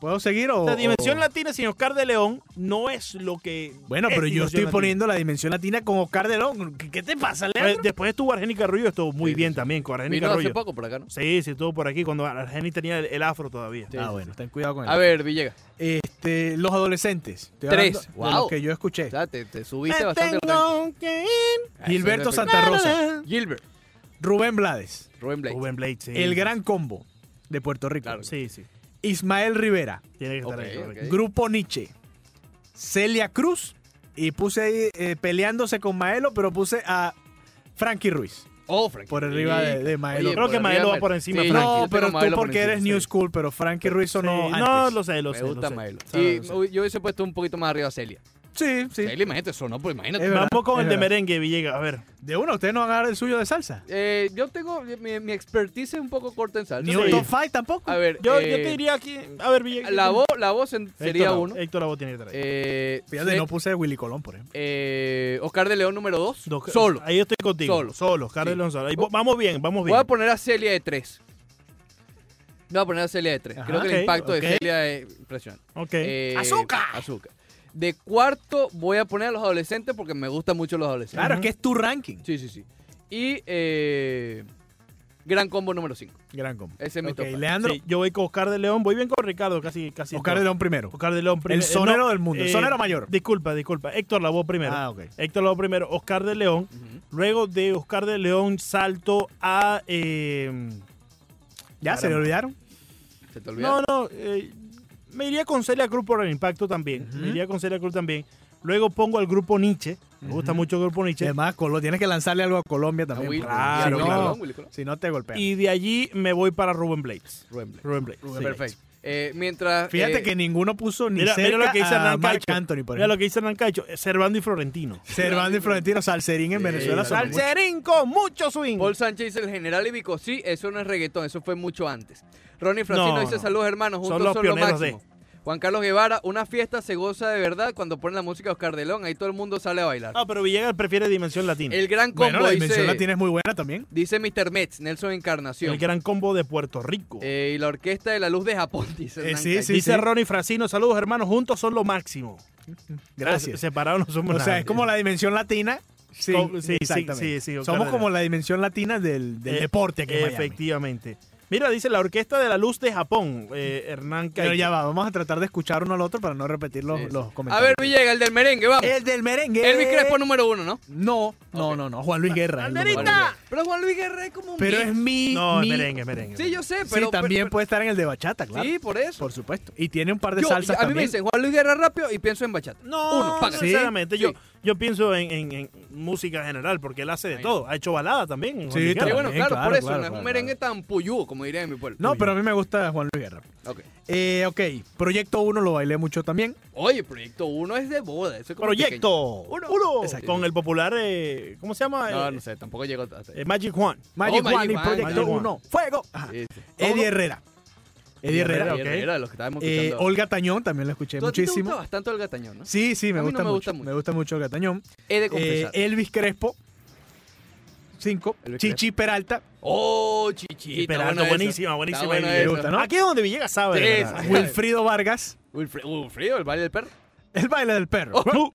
¿Puedo seguir
oh,
o...?
La dimensión
o-
latina sin Oscar de León no es lo que.
Bueno,
es
pero yo
Dimensión
estoy
Latina.
poniendo la dimensión latina con Oscar de León. ¿Qué, qué te pasa,
Eh,
Leandro?
Después estuvo Argénica Rubio, estuvo muy
Sí, sí,
bien
sí.
también con Argénica
Vino hace
Rubio.
poco por acá, ¿no?
Sí, sí, estuvo por aquí cuando Argeni tenía el, el afro todavía.
Sí.
ah, bueno, ten cuidado con él.
A ver, Villegas.
Este, los adolescentes. Estoy
Tres.
hablando De
Wow.
los que yo escuché.
O sea, te, te
Me
subiste bastante. la cancha.
tengo que ir.
Ah, eso
Gilberto
es
Santa Rosa,
Gilbert.
Rubén Blades,
Rubén Blake.
Rubén Blade, sí.
El Gran Combo de Puerto Rico,
Claro.
Sí, sí.
Ismael Rivera,
Tiene que estar
Ok,
ahí. correcto.
ok.
Grupo Nietzsche, Celia Cruz y puse ahí eh, peleándose con Maelo, pero puse a Frankie Ruiz.
Oh, Frankie
Por arriba de-
Ruiz.
de Maelo.
Oye,
Creo
por
que Maelo
arriba
va
de
por encima de
Sí,
Frankie.
yo
No,
tengo
pero
a
tú
Maelo por
porque eres
encima,
New
sí.
School, pero Frankie Ruiz
Sí,
sonó antes.
no, lo sé, lo sé.
Me
lo
gusta
sé.
Maelo.
O sea,
Y
lo sé.
uy, yo hubiese puesto un poquito más arriba a Celia.
Sí, sí.
Celia, imagínate, sonó, pues imagínate.
Es verdad,
Vamos con
es
el de
verdad.
merengue, Villegas. A ver.
De uno, ustedes no van a dar el suyo de salsa.
Eh, yo tengo, mi, mi expertise es un poco corta en salsa.
Ni
Yo
un
te-
top five tampoco.
A ver,
Yo,
eh,
yo te diría que. A ver, Villegas. eh,
la
¿qué-
voz, la voz en-
Héctor
sería
Lavoe,
uno.
Héctor Lavoe tiene que traer.
Eh,
Fíjate,
Cel-
no puse Willy Colón, por ejemplo.
eh, Oscar de León número 2.
Dos-
Solo.
Ahí estoy contigo.
Solo.
Solo. Carlos
Sí.
León solo. Ahí vo- vamos bien, vamos
Voy
bien.
a poner a Celia de 3. Voy a poner a Celia de 3.
Ajá,
Creo que el
ok,
impacto
ok.
de Celia es impresionante.
Ok. Ah,
Eh,
¡Azúcar!
Azúcar. De cuarto voy a poner a los adolescentes porque me gustan mucho los adolescentes.
Claro, es que es tu ranking.
Sí, sí, sí. Y eh, Gran Combo número 5.
Gran combo.
Ese es mi
Ok,
top.
Leandro,
Sí, yo voy con Oscar de León. Voy bien con Ricardo, casi. casi
Oscar de León primero.
Oscar de León
El
primero.
sonero
Eh,
del mundo, el
eh,
sonero mayor.
Disculpa, disculpa. Héctor Lavoe primero.
Ah, ok.
Héctor Lavoe primero. Oscar de León.
Ujú.
Luego de Oscar de León salto a. eh,
¿Ya se le
Caramba.
olvidaron?
Se te olvidó.
no, no. eh, me iría con Celia Cruz por el impacto también.
Ujú.
Me iría con Celia Cruz también. Luego pongo al grupo Nietzsche. Me gusta
Ujú.
mucho el grupo Nietzsche.
Además, Colo- tienes que lanzarle algo a Colombia
A
también.
Will-
porque
y
claro,
a
si,
Willy
claro.
Colón,
no,
Willy Colón.
si no, te golpean.
Y de allí me voy para Rubén Blades.
Rubén Blades.
Rubén Blades. sí.
Perfecto. Eh, mientras.
Fíjate
eh,
que ninguno puso ni
Mira,
cerca
mira lo que dice
a
Hernán
Mike
Cacho.
Anthony, por
Mira
ejemplo.
lo que dice Hernán Cacho. eh, Servando y Florentino.
Servando y Florentino, Salserín en
Sí,
Venezuela. son
Salserín.
Salserín con mucho swing.
Paul Sánchez dice el general y Vico, sí, eso no es reggaetón, eso fue mucho antes. Ronnie Francino
No,
dice
no.
saludos hermanos,
Son
juntos son,
los
lo
pioneros
máximo. Juan Carlos Guevara, una fiesta se goza de verdad cuando ponen la música de Oscar de León, ahí todo el mundo sale a bailar.
Ah, pero Villegas prefiere Dimensión Latina.
El gran combo
Bueno, la dimensión la
dice,
tienes muy buena también.
dice Mr. Metz, Nelson Encarnación.
El gran combo de Puerto Rico.
Eh, y la orquesta de la luz de Japón, dice.
Eh,
Hernán
sí,
Calle.
sí.
Dice Ronnie Fracino, saludos hermanos, juntos son lo máximo. Ah,
Gracias.
Separados no somos
O sea,
nada.
es como la dimensión latina. Sí,
Co- sí, sí,
exactamente.
sí, sí,
Somos
Carrera.
como la dimensión latina del, del
Eh,
deporte aquí en Miami.
Efectivamente. Mira, dice la Orquesta de la Luz de Japón, eh, Hernán
Pero
Cacho.
ya va, vamos a tratar de escuchar uno al otro para no repetir los,
Sí, sí.
los
A
comentarios.
ver, Villegas, el del merengue, vamos.
El del merengue.
Elvis Crespo número uno, ¿no?
No, no,
Ok.
no, no. Juan Luis Guerra. es el número
Juan
uno.
Luis Guerra. Pero Juan Luis Guerra es como un...
Pero
mix.
es mi.
No,
mi-
merengue, merengue.
Sí, yo sé,
Sí,
pero... pero-
también
pero-
puede estar en el de bachata, claro.
Sí, por eso.
Por supuesto. Y tiene un par de
Yo-
salsas
a mí me
también.
dicen Juan Luis Guerra rápido y pienso en bachata.
No,
Uno,
no
paga.
sinceramente,
Sí,
yo,
sí.
yo pienso en, en- en música general, porque él hace de
Ahí.
todo. Ha hecho balada también. Juan
Sí,
Miguel.
Sí, bueno,
También,
claro,
claro,
por eso
claro,
no es un
claro,
merengue tan puyú, como diría en mi pueblo.
No, pero a mí me gusta Juan Luis Guerra.
Ok.
Eh, ok, Proyecto 1 lo bailé mucho también.
Oye, proyecto 1 es de boda. Eso es como
Proyecto
Uno.
Uno.
Exacto.
Con el popular, eh, ¿cómo se llama?
pequeño. No,
Eh,
no sé, tampoco llegó hasta ahí.
eh, Magic Juan.
Magic
Magic Juan y
Juan,
Proyecto
Magic Juan.
1. ¡Fuego! Ajá.
Sí, sí.
Eddie Herrera. Eddie Herrera,
Eddie
ok.
Herrera, los que estábamos
Eh,
escuchando.
Olga Tañón también la escuché
Tú a ti te gusta
muchísimo.
bastante el gatañón, ¿no?
Sí, sí, me,
A mí no
gusta,
me gusta
mucho.
mucho.
Me gusta mucho Olga Tañón.
He de
Eh,
confesar.
Elvis Crespo. 5.
Elvis
Chichi Peralta.
oh, chichita.
Esperando,
buena
buenísima,
esa.
buenísima.
Está Ah, buena
Eddie.
esa.
Me gusta, ¿no?
Aquí es donde Villegas sabe.
Sí,
de verdad.
sí.
Wilfrido Vargas.
Wilfre- Wilfrido, el baile del perro.
El baile del perro.
Oh.
Uh,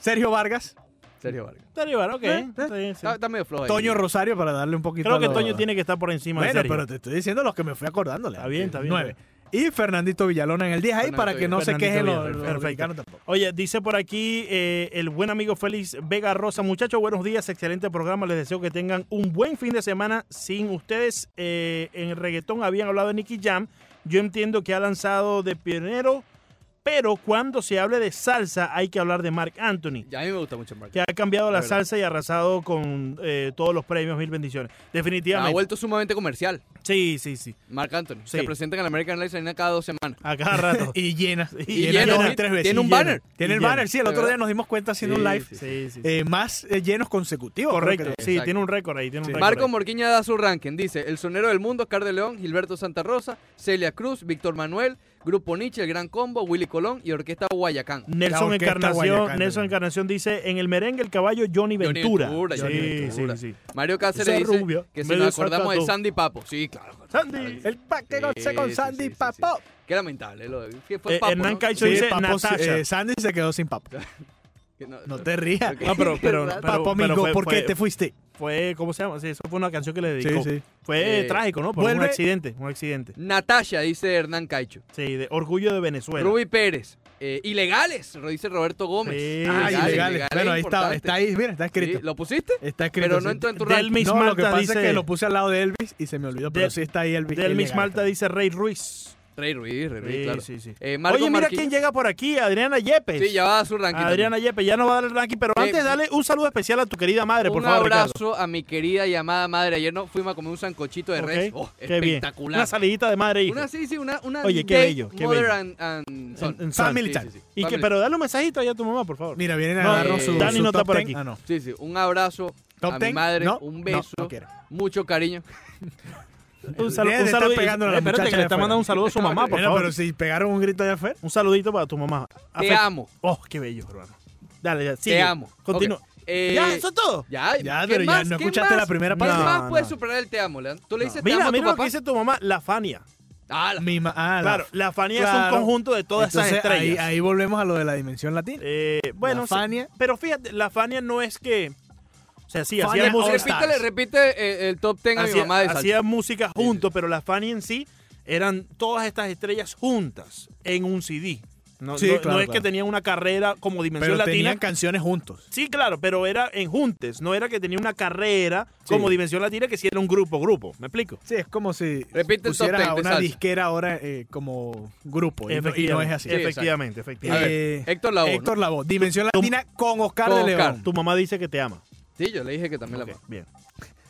Sergio Vargas.
Sergio Vargas.
Darío Vargas, ok. Está bien, sí.
Está, está medio flojo ahí.
Toño Rosario para darle un poquito
Creo
a
que
lo-
Toño tiene que estar por encima
Bueno,
de Sergio.
pero te estoy diciendo los que me fui acordándole.
Está bien, está bien.
Nueve. Y Fernandito Villalona en el 10 ahí
Fernandito
para que no se
Fernandito
quejen los,
Villalona,
los
perfecto.
dominicanos tampoco.
Oye, dice por aquí eh, el buen amigo Félix Vega Rosa. Muchachos, buenos días, excelente programa. Les deseo que tengan un buen fin de semana. Sin ustedes, eh, en reggaetón habían hablado de Nicky Jam. Yo entiendo que ha lanzado de pionero, pero cuando se hable de salsa hay que hablar de Mark Anthony,
Ya a mí me gusta mucho el
que
marco.
ha cambiado
La
la
verdad.
salsa y arrasado con eh, todos los premios. Mil bendiciones.
Ha
Definitivamente.
vuelto sumamente comercial.
Sí, sí, sí.
Marc Anthony.
Sí.
Se presenta en el American Airlines Arena cada dos semanas.
A cada rato.
Y llena.
Y llena,
dos
sí. Tiene un
y llena.
banner.
Tiene
Y
el
llena.
banner, sí. El otro
¿Verdad?
día nos dimos cuenta haciendo
Sí,
un live.
sí,
sí, sí.
eh, más eh, llenos consecutivos. creo
Correcto.
que-
Sí,
Exacto.
tiene un récord ahí. Tiene un
Sí.
récord
Marco
ahí.
Morquiña da su ranking. Dice, El Sonero del Mundo, Oscar de León, Gilberto Santa Rosa, Celia Cruz, Víctor Manuel, Grupo Nietzsche, El Gran Combo, Willy Colón y Orquesta Guayacán.
La
Nelson
orquesta
Encarnación,
Guayacán
Nelson
también.
Encarnación dice en el merengue el caballo
Johnny
Johnny Ventura.
Ventura,
sí,
Johnny Ventura.
sí, sí.
Mario
Ese
Cáceres dice
rubio,
que si
medio
nos acordamos de
sacado.
Sandy Papo. Sí, claro.
Sandy.
El paque no se con
Sí, sí,
Sandy
sí, sí,
Papo.
Qué lamentable. Lo, de- que fue
Eh,
Papo,
Hernán
¿no?
Caicho
Sí,
dice
Papo,
Natasha.
eh, Sandy se quedó sin papo.
Que no-
No te rías.
Ok.
Ah, pero, pero, pero-
papo,
pero
amigo,
fue,
¿por qué
fue-
te fuiste?
fue- ¿cómo se llama? Sí, eso fue una canción que le dedicó.
Sí, sí.
Fue
Eh,
trágico, ¿no? Por un
vuelve-
accidente, un accidente.
Natasha, dice Hernán Caicho.
Sí, de orgullo de Venezuela.
Rubí Pérez. Eh, ilegales, lo dice Roberto Gómez.
Sí.
Ah,
ilegales,
ilegales.
ilegales,
Bueno, ahí está,
importante.
está ahí, mira, está escrito.
Sí, ¿Lo pusiste?
Está escrito.
Pero no
sí.
entró en tu ranking.
Delmis
No, lo que
Malta
pasa
dice
es que lo puse al lado de Elvis y se me olvidó, pero
Del-
sí está ahí Elvis.
Delmis
ilegal.
Malta dice Rey Ruiz.
Rey Ruiz, Rey Ruiz,
Sí,
claro.
sí, sí.
Eh, Marco
Oye, mira
Marquillo-
quién llega por aquí, Adriana Yepes.
Sí, ya va a su ranking.
Adriana Yepes, ya nos va a dar el ranking, pero
Eh,
antes dale un saludo especial a tu querida madre,
también.
por
un
favor, Ricardo.
abrazo a mi querida y amada madre. Ayer nos fuimos a comer un sancochito de res.
Ok,
Oh,
qué bien. Una
espectacular.
salidita de madre e hijo.
Una, sí, sí, una, una
Oye, qué
date
bello, qué
mother
bello.
and- and son.
En- en San.
Family
Sí,
time.
sí, sí.
Y que,
Family.
pero dale un mensajito allá a tu mamá, por favor.
Mira, vienen a
No,
agarrar
eh,
su,
Dani
su
no está
top
por
10.
aquí.
Ah, no.
Sí, sí, un abrazo
Top
a
10.
mi madre,
No,
un
no,
beso,
no quiero.
mucho cariño.
Un,
Debe de estar pegándole a la
Eh, espérate, que
muchacha allá
le está
afuera.
mandando un saludo a su mamá, por
Bueno,
favor.
pero si pegaron un grito allá afuera.
Un saludito para tu mamá.
Te
Afe-
amo,
Oh, qué bello, hermano. Dale, ya, sigue.
te amo.
Continúa.
Ok, eh,
ya, eso es todo.
Ya,
Ya,
¿qué
pero ya
más?
no
¿Qué
escuchaste
más?
la primera
¿Qué
parte.
No,
más
no.
puedes superar el te amo, Leandro? ¿Tú le dices te amo
Mira,
a tu
mira lo que
papá?
dice tu mamá, la Fania.
Ah, la-
Mi ma- ah, la-
Claro, la Fania es
Claro.
un conjunto de todas esas
Entonces, ahí,
estrellas.
ahí volvemos a lo de la dimensión latina.
Eh, bueno,
La
sí,
Fania.
pero fíjate, la Fania no es que. O sea, sí,
Fania
hacía música.
repítele, repite eh, el top 10 a mi
hacía-
mamá de salsa.
hacía música juntos, pero la Fania en sí eran todas estas estrellas juntas en un CD. No,
Sí,
no- no
claro,
es
claro.
que tenían una carrera como Dimensión
Pero
Latina.
tenían canciones juntos.
Sí, claro, pero era en juntes, no era que tenía una carrera como Dimensión Latina que sí era un grupo, grupo, ¿me explico?
Sí, es como si
Repite el top
pusieras
10
a
de
una
salsa.
disquera ahora eh, como grupo. Y no, y no es así.
Sí,
Efectivamente,
A
efectivamente.
ver,
Eh,
Héctor Lavoe, ¿no?
Héctor Lavoe. Dimensión
Tú-
Latina con Oscar
con
de
Oscar.
León.
Eh, Tu mamá dice que te ama.
Sí, yo le dije que también
Ok,
la amaba.
bien.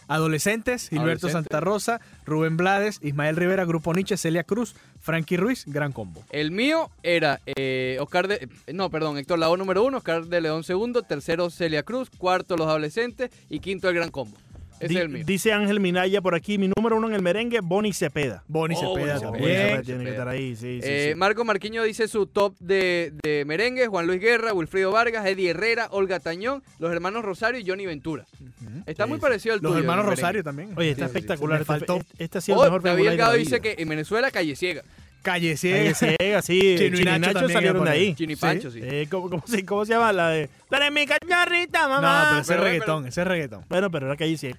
Adolescentes, Gilberto
Adolescentes.
Santa Rosa, Rubén Blades, Ismael Rivera, Grupo Nietzsche, Celia Cruz, Frankie Ruiz, gran combo.
El mío era eh, Oscar de... eh, No, perdón, Héctor Lavoe número uno, Oscar de León segundo, tercero Celia Cruz, cuarto Los Adolescentes y quinto El Gran Combo. Ese
Di-
es el mío.
Dice Ángel Minaya por aquí, mi número uno en el merengue, Bonnie Cepeda.
Bonnie
Oh,
Cepeda
Bonnie
Bonnie
Cepeda.
también.
Cepeda tiene que estar ahí, sí, sí,
Eh,
sí.
Marco Marquiño dice su top de, de merengue, Juan Luis Guerra, Wilfrido Vargas, Eddie Herrera, Olga Tañón, los hermanos Rosario y Johnny Ventura. Está
Sí,
muy
sí.
parecido al
Los
tuyo,
hermanos
el merengue.
Rosario también.
Oye, está
sí, sí, sí.
espectacular.
Me
esta-
faltó.
este- Este ha sido
Oh,
la mejor
David
película de la
Delgado dice
vida.
que en Venezuela calle ciega.
Calle Ciega.
Calle Ciega, sí.
Chino y
Chino y
Nacho
Nacho
también
salieron de
iba por
ahí.
Chino y Pancho, sí.
Eh, ¿cómo, cómo se, cómo se llama la de... ¡Tú eres mi cachorrita, mamá!
No,
Pero,
pero ese es
pero-
reggaetón, ese es reggaetón.
Bueno, pero era Calle Ciega.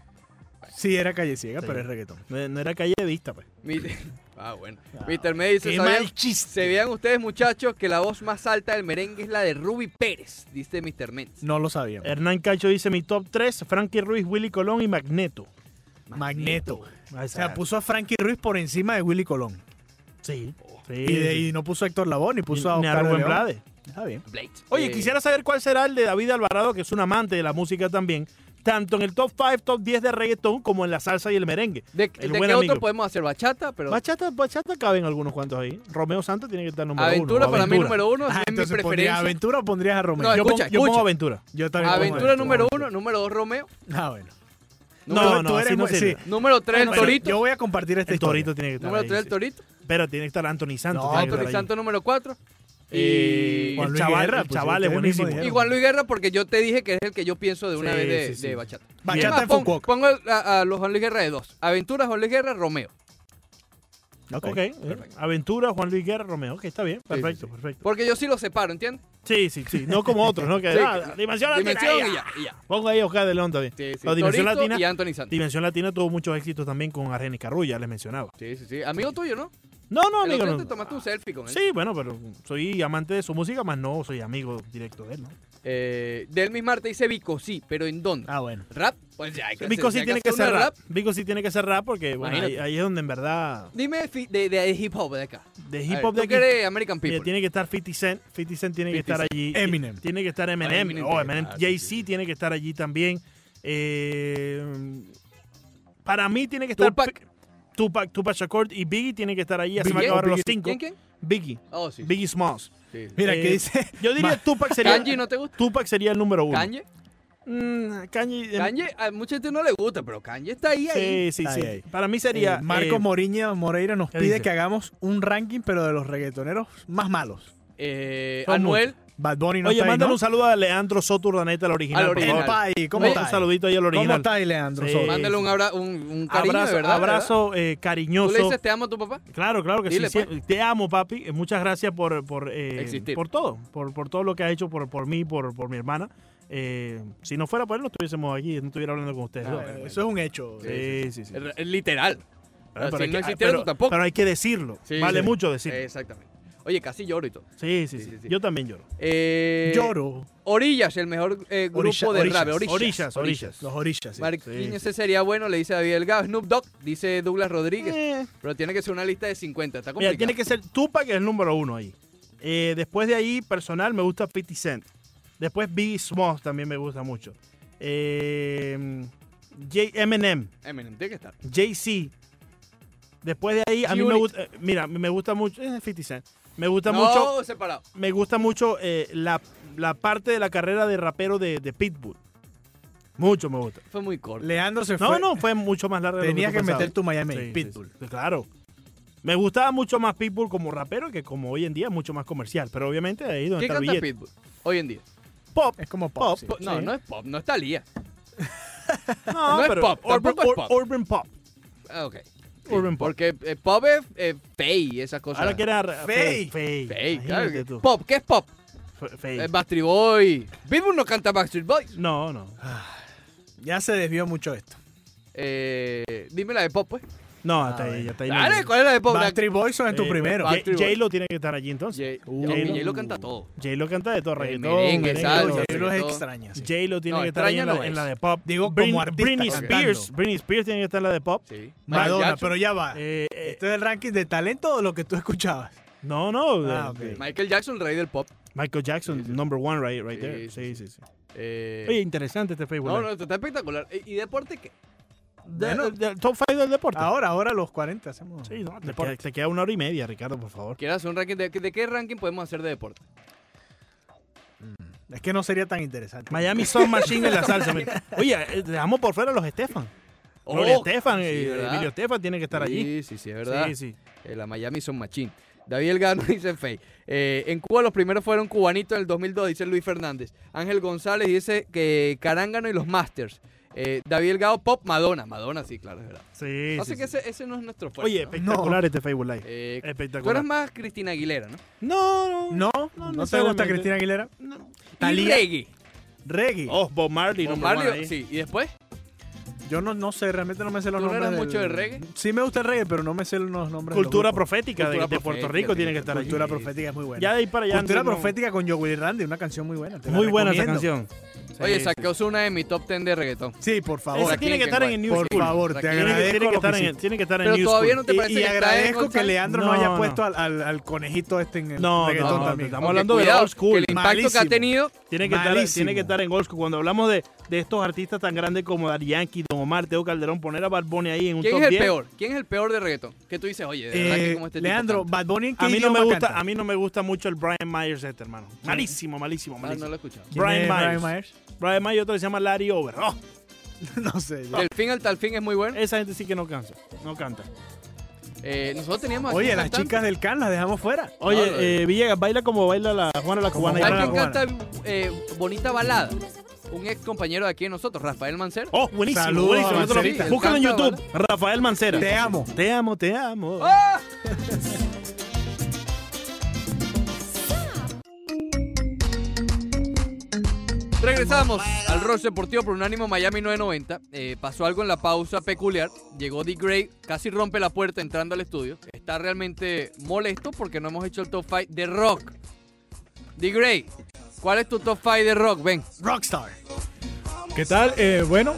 Sí, era Calle Ciega,
Sí.
pero es reggaetón.
No, no era Calle de Vista, pues.
Mi- Ah, bueno. Mr. Me dice,
Qué
¿sabían,
mal chiste.
sabían ustedes, muchachos, que la voz más alta del merengue es la de Ruby Pérez? Dice Mr. Menz.
No lo sabíamos.
Hernán Cacho dice mi top 3, Frankie Ruiz, Willy Colón y Magneto.
Magneto.
Ah,
O sea, puso a Frankie Ruiz por encima de Willy Colón.
Sí. sí,
Y, de,
sí.
y no puso a Héctor Labón, ni puso a
Ni a
Oscar de
Rubén
León.
Blades.
Está bien.
Blade.
Oye,
Eh,
quisiera saber cuál será el de David Alvarado, que es un amante de la música también, tanto en el top 5, top 10 de reggaetón como en la salsa y el merengue.
¿De,
el
de
buen
qué
amigo.
otro podemos hacer? Bachata, pero...
Bachata, bachata caben algunos cuantos ahí. Romeo Santos tiene que estar número
Aventura
uno. o
para mí
Aventura.
número uno,
Ah,
es mi
entonces pondrías a
preferencia.
Aventura o pondrías a Romeo.
No,
Yo,
Escucha,
pon- yo pongo
escucha.
Aventura.
yo también pongo
Aventura
Aventura.
número uno, número dos Romeo,
Ah, bueno.
No,
tú-
no,
tú
así
eres
no
muy-
sirve.
sí.
número tres el
Bueno,
Torito,
Yo voy a compartir este
El Torito tiene que estar
número
ahí,
tres el
sí.
Torito,
Pero tiene que estar Anthony Santos. tiene
No,
que
Anthony
estar ahí.
Santos número cuatro
Eh,
Y-
Juan
el
Luis
chaval,
Guerra,
el
pues,
chaval es
ustedes mismos
buenísimo.
dijeron.
y Juan Luis Guerra porque yo te dije que es el que yo pienso de una
Sí,
vez de,
sí, sí.
de Bachata.
Bachata
Es más,
en
pon-
Funko.
Pongo a, a los Juan Luis Guerra de dos, Aventura, Juan Luis Guerra, Romeo.
Ok.
Ok, eh, Aventura, Juan Luis Guerra, Romeo. Ok, está bien. Perfecto, perfecto.
Porque yo sí los separo, ¿entiendes?
Sí, sí, sí. No como otros, ¿no? Que,
Sí,
ah, Dimensión Latina.
Dimensión
ya.
y ya, y ya.
Pongo ahí a Oscar de León también.
Sí, sí.
No, Dimensión
Torito
Latina.
y Anthony Santos.
Dimensión Latina tuvo muchos éxitos también con Argenis Carrulla, les mencionaba.
Sí, sí, sí. Amigo tuyo, ¿no?
No, no,
El
amigo.
otro día
no.
te tomaste un selfie con él.
Sí, bueno, pero soy amante de su música, más no soy amigo directo de él, ¿no?
Eh, Delmis Marte dice Vico, sí, pero ¿en dónde?
Ah, bueno.
¿Rap? Pues ya hay que
Vico sí
hacer-
tiene
hay
que
hacer
ser
una
rap. Vico sí tiene que ser rap porque bueno, ahí,
Imagínate.
ahí es donde en verdad
Dime de fi- de, de hip hop de acá.
de
A
hip
ver,
hop de
¿tú
aquí
que eres American
mira,
People.
tiene que estar 50 Cent, 50 Cent tiene que
50
estar allí.
Eminem.
Tiene que estar Eminem.
Eminem
oh,
te-
Eminem.
ah, sí,
Jay-Z
sí, sí.
tiene que estar allí también. Eh, para mí tiene que estar
Tupac.
Pi- Tupac, Tupac Shakur y Biggie tienen que estar allí. Así
Biggie,
me acabaron los
Biggie.
cinco.
¿Quién, quién?
Biggie.
Oh, sí.
Biggie Smalls.
sí, sí.
Mira,
Eh,
¿qué dice?
Yo diría
Ma-
Tupac sería.
¿Kanji no te gusta?
Tupac sería el número uno.
¿Kanye?
Mm, Kanye, eh,
Kanye, a mucha gente no le gusta, pero Kanye está ahí, ahí.
Sí, sí,
Ahí,
sí.
ahí.
Para mí
Eh,
sería.
Marcos
eh,
Moriña Moreira nos
¿qué
pide
dice?
que hagamos un ranking, pero de los reggaetoneros más malos.
Eh,
Son
Anuel,
Bad Bunny no
Oye,
está ahí,
mándale
¿no?
un saludo a Leandro Soturdaneta, el original.
Al
por
original.
favor.
Epa, ¿y ¿cómo
Oye,
está?
Un saludito ahí al original.
¿Cómo está ahí, Leandro?
Sí.
Soto?
mándale un, abra- un, un cariño,
abrazo
de verdad.
abrazo eh,
¿verdad?
cariñoso.
¿Tú le dices te amo a tu papá?
Claro, claro que
Dile,
sí. sí.
pues.
Te amo, papi. Eh, Muchas gracias por, por, eh,
Existir.
por todo. Por, por todo lo que has hecho por, por mí, por, por mi hermana. Eh, si no fuera por él, no estuviésemos aquí, no estuviera hablando con ustedes.
Ah,
¿no?
bueno, bueno.
Eso es un hecho.
Sí,
Sí, sí, sí.
Eh, eh, Literal.
Pero-
si
pero hay
no
que- ah,
existiera
pero-
tú tampoco.
Pero hay que decirlo.
Sí,
vale
sí.
mucho decirlo.
Exactamente. Oye, casi lloro y todo.
sí, sí,
sí,
sí,
sí, sí.
Yo también lloro.
Eh,
Lloro.
Orillas, el mejor eh, grupo
Orilla-
de
Orillas.
rap. Orillas.
Orillas, orillas.
Los orillas, sí.
Marquinhos
sí,
ese sería bueno, le dice David Delgado. Snoop Dogg, dice Douglas Rodríguez.
Eh,
Pero tiene que ser una lista de 50. Está complicado.
mira, tiene que ser Tupac es el número uno ahí. Eh, después de ahí, personal, me gusta 50 Cent. Después Biggie Smalls también me gusta mucho. Eh, J- Eminem,
Eminem, tiene que estar.
Jay-Z. Después de ahí, a mí me
Unit.
gusta, eh, mira, me gusta mucho, eh, 50 Cent. Me gusta
no,
mucho
separado.
me gusta mucho eh, la, la parte de la carrera de rapero de, de Pitbull. Mucho me gusta.
Fue muy corto.
Leandro se
No,
fue.
no, fue mucho más larga. de lo
Tenías
tú
que
pensabas.
meter tu Miami,
Sí, sí,
Pitbull.
sí, claro. Me gustaba mucho más Pitbull como rapero que como hoy en día es mucho más comercial. Pero obviamente ahí es donde
¿Qué
está el
canta
billete.
Pitbull hoy en día?
Pop.
Es como pop.
Pop,
sí.
pop.
No,
Sí.
no es pop, no es Talía.
No,
no es
pero
pop,
Urban,
tampoco es
ur-
pop.
urban pop.
Ah, ok.
Urban pop.
Porque eh, pop es eh, fey, esas cosas.
Ahora que era ra-
Fey.
Fey.
Fey, claro.
Imagínate
que-
tú.
Pop, ¿qué es pop?
Fe- Fey.
Eh, Backstreet Boy. Pitbull no canta Backstreet Boys.
No, no.
Ya se desvió mucho esto.
Eh, dime la de pop, pues.
No, hasta
Ah,
ahí,
bueno.
hasta ahí. no.
Dale, ¿cuál es la de pop? La-
Backstreet Boys son en tu
Eh,
primero.
J-
Backstreet Boy.
J-Lo tiene que estar allí entonces.
J-
Uh.
Aunque J-Lo canta todo. Eh,
J-Lo canta de todo reggaetón.
merengue,
merengue,
salsa,
todo.
sí.
Yo los
Sobre todo-
extraño. sí.
J-Lo tiene
No,
que estar ahí en
extraña
la,
no
en
es.
la de pop.
Digo,
Britney,
como artista
Britney
cantando.
Spears. Britney Spears tiene que estar en la de pop.
Sí. Michael
Madonna,
Jackson.
pero ya va.
Eh, eh,
¿Esto es el ranking de talento o lo que tú escuchabas?
no, no.
Ah,
de-
ok.
de-
Michael Jackson, rey del pop.
Michael Jackson,
Sí, sí.
number one right, right
Sí,
there.
sí,
Sí, sí, sí.
Eh,
Oye, interesante este Facebook.
no, no,
Live.
esto está espectacular. Eh, ¿Y, y deporte qué?
De-
bueno.
de- del top 5 del deporte.
Ahora, ahora a los 40 hacemos.
Sí, no, te,
Ah, deporte.
queda, te queda una hora y media, Ricardo, por favor.
¿Quieres hacer un ranking? De, de qué ranking podemos hacer de deporte?
Es que no sería tan interesante.
Miami Sound Machine en la salsa. mira. Oye, eh, dejamos por fuera a los Estefan. Gloria Estefan,
Oh, sí,
eh,
¿verdad?
Emilio Estefan tiene que estar allí.
Sí, sí, sí, es verdad.
Sí, sí.
Eh, la Miami son machín. David Elgano dice Fey. Eh, en Cuba los primeros fueron cubanitos en el 2002, dice Luis Fernández. Ángel González dice que Carángano y los Masters. Eh, David Elgado, Pop, Madonna. Madonna, sí, claro, es verdad.
Sí,
Así
sí,
que
sí.
ese, ese no es nuestro fuerte.
Oye,
¿no?
espectacular este Facebook Live.
Eh, tú
Espectacular.
eres más Cristina Aguilera, ¿no?
No,
No,
No
no, te gusta
necesariamente.
Cristina Aguilera.
no.
Y
Thalía.
reggae.
Reggae.
Oh, Bob Marley.
Bob
no
Marley, sí. ¿Y después?
Yo no, no sé, realmente no me sé los
¿Tú no
nombres.
eras mucho de
del-
reggae?
Sí me gusta el reggae, pero no me sé los nombres. de los
Cultura
grupos.
profética de,
Cultura
de Puerto
profética,
Rico tiene
tiene
que
que-
estar allí.
Cultura profética es muy buena.
Ya de ahí para allá.
Cultura
no-
profética con Joe Willy Randy, una canción muy buena. te la
Muy buena esa
recomiendo.
canción.
Oye,
Sí,
sacó una de mi top 10 de reggaetón.
Sí, por
sí.
favor.
Esa tiene que estar en el New
Por
School.
favor, te
Tiene
Tiene que-
agradezco.
Tiene que
lo
estar
que
en,
hiciste.
tiene que estar en
Pero
New
todavía
School.
no te parece
y, y
que está
agradezco
González?
que Leandro no, haya
No,
puesto al, al- al conejito este en el
No,
reggaetón
no, no,
también.
estamos
Aunque
hablando de
cuidado,
old school.
que el impacto que ha
Malísimo.
tenido
Tiene que, estar,
Malísimo.
tiene que estar en Old School. Cuando hablamos de, de estos artistas tan grandes como Dari Yankee, Don Omar, Teo Calderón, poner a Barbone ahí en un
¿Quién
top
es el
10.
peor? ¿Quién es el peor de reggaetón? Que tú dices, oye, de verdad que
Eh,
como este tipo
Leandro,
canta.
Bad Bunny, ¿en qué
A mí, no me
idioma
gusta,
canta?
a mí no me gusta mucho el Brian Myers este, hermano. Malísimo, malísimo,
Ah, no
malísimo.
lo he escuchado.
¿Quién
Brian
es
Myers. Brian Myers y otro que se llama Larry Over. ¡Oh!
no sé. yo-
Del fin al tal fin es muy bueno.
esa gente sí que no cansa. No canta.
Eh, nosotros teníamos aquí
Oye,
un
las
cantante.
chicas del CAN las dejamos fuera.
Oye,
No, no,
eh, Villegas, baila como baila la Juana la
Como
Cubana. y
¿Sabes
Juana
la
quién
la
Cubana.
canta eh, bonita balada? Un ex compañero de aquí de nosotros, Rafael Mancero.
Oh, buenísimo,
Saludos,
buenísimo. Yo te lo-
Mancerita.
Búscalo en
Él canta,
YouTube. Rafael Mancera.
Te amo.
Te amo, te amo.
¡Ah! Regresamos al Rush Deportivo por Unánimo Miami 990. Eh, pasó algo en la pausa peculiar. Llegó D. Gray, casi rompe la puerta entrando al estudio. Está realmente molesto porque no hemos hecho el top 5 de rock. D. Gray, ¿cuál es tu top 5 de rock? Ven.
Rockstar.
¿Qué tal? Eh, bueno,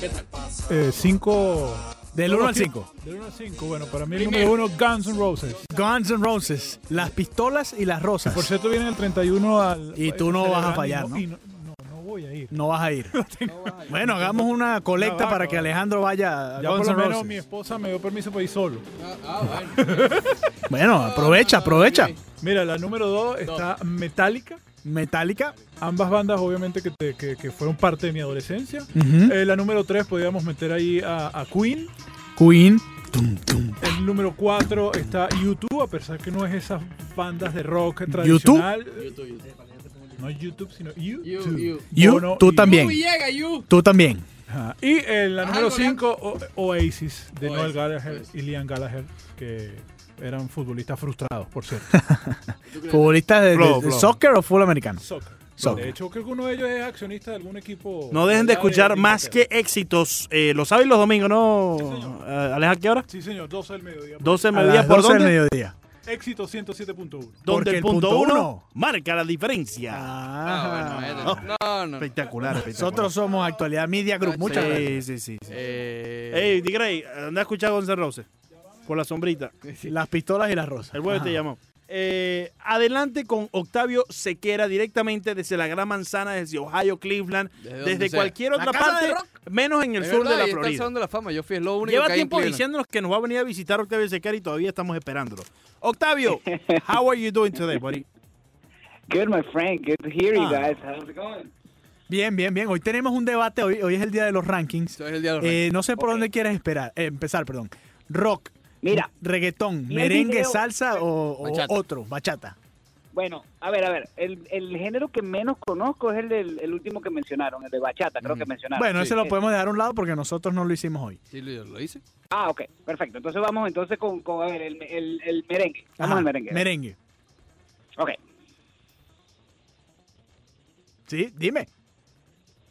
5.
Del 1 al 5.
Del 1 al 5, bueno, para mí el número 1, Guns N' Roses.
Guns N' Roses. Las pistolas y las rosas.
Por cierto, viene el 31 al.
Y tú no
al
vas a
Grammy,
fallar, ¿no?
Y no, no- no voy a ir.
No vas a ir. Bueno, hagamos una
No,
colecta
va,
para
va.
que Alejandro vaya a
Ya
Guns
por
N'
lo menos mi
Roses.
esposa me dio permiso para ir solo.
Bueno,
Ah,
aprovecha, aprovecha.
Mira, la número 2 está Metallica.
Metallica.
Ambas bandas, obviamente, que, te- que- que fueron parte de mi adolescencia. Eh, la número 3 podíamos meter ahí a, a Queen.
Queen. Tum, tum.
El número 4 está YouTube, a pesar que no es esas bandas de rock
¿YouTube?
tradicional. No YouTube, sino YouTube.
You,
You,
Bono
tú
y-
también.
llega, you.
Tú también.
Ajá. Y eh, la
Ah,
número
Noel.
5, Oasis, de Noel
Oasis,
Gallagher
Oasis.
y Liam Gallagher, que eran futbolistas frustrados, por cierto.
¿Futbolistas de, de-
Flow,
de
flow.
soccer o fútbol americano?
Soccer.
Soccer.
De hecho, creo que uno de ellos es accionista de algún equipo.
No dejen de
allá
escuchar más que
Inglaterra.
éxitos. Eh, lo saben los domingos, ¿no?
señor.
Eh, Aleja, ¿qué hora?
Sí, señor, 12 del mediodía.
12 del
A
mediodía.
las
¿Por
12 del
dónde?
mediodía.
Éxito 107.1.
Donde
Porque
el
el
punto
punto
uno
uno.
marca la diferencia.
Ah,
Ah,
bueno, eh, no, No, no.
Espectacular, espectacular.
Nosotros somos Actualidad Media Group. Muchas
Sí.
gracias.
Sí, sí, sí. sí.
Eh,
Ey, D-Gray, anda a escuchar a Guns N' Roses. Por la sombrita.
Las pistolas y las rosas.
El huevo te
Ajá.
llamó. Eh, adelante con Octavio Sequera directamente desde la Gran Manzana, desde Ohio, Cleveland,
Desde donde
desde
sea.
cualquier
La
otra
casa de
parte, menos en el
es
sur
verdad,
de
ahí
la
está el
Florida.
Salón de la fama. Yo fui, es lo único
Lleva
que hay en
tiempo
Cleveland.
diciéndonos que nos va a venir a visitar Octavio Sequera y todavía estamos esperándolo. Octavio, how are you doing today, buddy?
Good, my friend. Good to hear
Ah.
you guys. How's it going?
Bien, bien, bien. Hoy tenemos un debate. Hoy, hoy es el día de los rankings.
Eso es el día de los reyes.
Eh, no sé por
Ok.
dónde quieres esperar, eh, empezar, perdón. Rock,
Mira,
reggaetón,
vi el
merengue,
video.
salsa o, o
Bachata.
otro, bachata.
bueno, a ver, a ver. El, el género que menos conozco es el, del, el último que mencionaron, el de bachata, creo
Mm.
que mencionaron.
Bueno,
sí.
ese lo podemos dejar a un lado porque nosotros no lo hicimos hoy.
Sí, lo, lo hice.
Ah, ok, perfecto. Entonces vamos entonces con, con a ver, el, el, el merengue. Vamos
Ajá,
al merengue.
Merengue.
ok.
Sí, dime.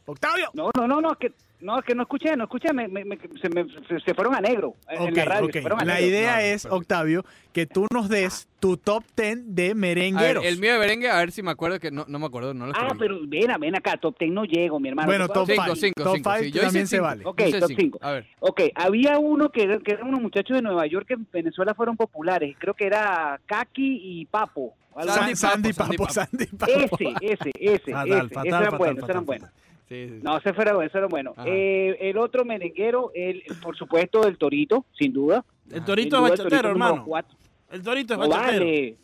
Octavio.
No, no, no, no, es que no, es que no escuché, no escuché, me, me- me- se, me- se- se fueron a negro en- en la
Ok,
radio.
ok.
se fueron a
La
negro.
idea
No,
es,
perfecto.
Octavio, que tú nos
Ah.
des tu top 10 de
A ver,
merengueros.
el mío de merengue, a ver si me acuerdo que no, no me acuerdo, no lo
Ah,
escribí.
pero ven, ven acá, top 10 no llego, mi hermano.
Bueno,
¿Tú
top
sabes?
Cinco,
5.
cinco,
top
cinco,
5
sí, yo hice
también se
cinco.
vale.
Ok,
Yo hice
top
cinco.
cinco.
A ver,
Ok, había uno que, que eran unos muchachos de Nueva York que en Venezuela fueron populares. Creo que era Kaki y Papo. o algo
Sandy
Sandy, Sandy
Papo,
Papo, Sandy Papo.
Ese, ese, ese. ese. Ese era bueno, ese era bueno.
sí, sí.
No, ese fuera bueno, ese era bueno.
Ajá.
Eh, el otro merenguero, el, por supuesto, el Torito, sin duda.
El
Sin
Torito
duda,
es
el
bachatero,
número
hermano.
cuatro.
El Torito es
No
bachatero.
vale.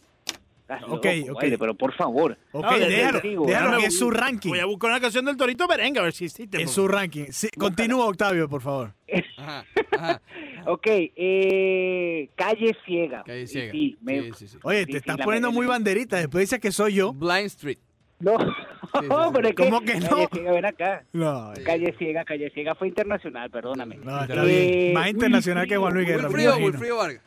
Estás
Ok,
loco,
ok.
vale, pero por favor.
Ok,
No, de- de-
déjalo,
digo,
déjalo
dame
que es
un-
su ranking.
Voy a buscar una canción del Torito Merengue a ver si existe.
Es
por
su ranking. Sí, continúa, Octavio, por favor.
Ajá, ajá.
Ok, eh, Calle Ciega.
Calle
Y
ciega.
Sí, me-
Sí, sí, sí.
Oye,
Sí,
te
sí,
estás
la
poniendo
merengue.
muy banderita. Después dices que soy yo.
Blind Street.
No,
sí,
pero es
¿Cómo que no?
Calle Ciega, ven acá.
No,
Sí.
Calle Ciega, Calle Ciega fue internacional, perdóname.
no, está
Eh,
bien. Más internacional que Juan Luis Guerra. me
Wilfrido,
imagino.
Wilfrido Vargas.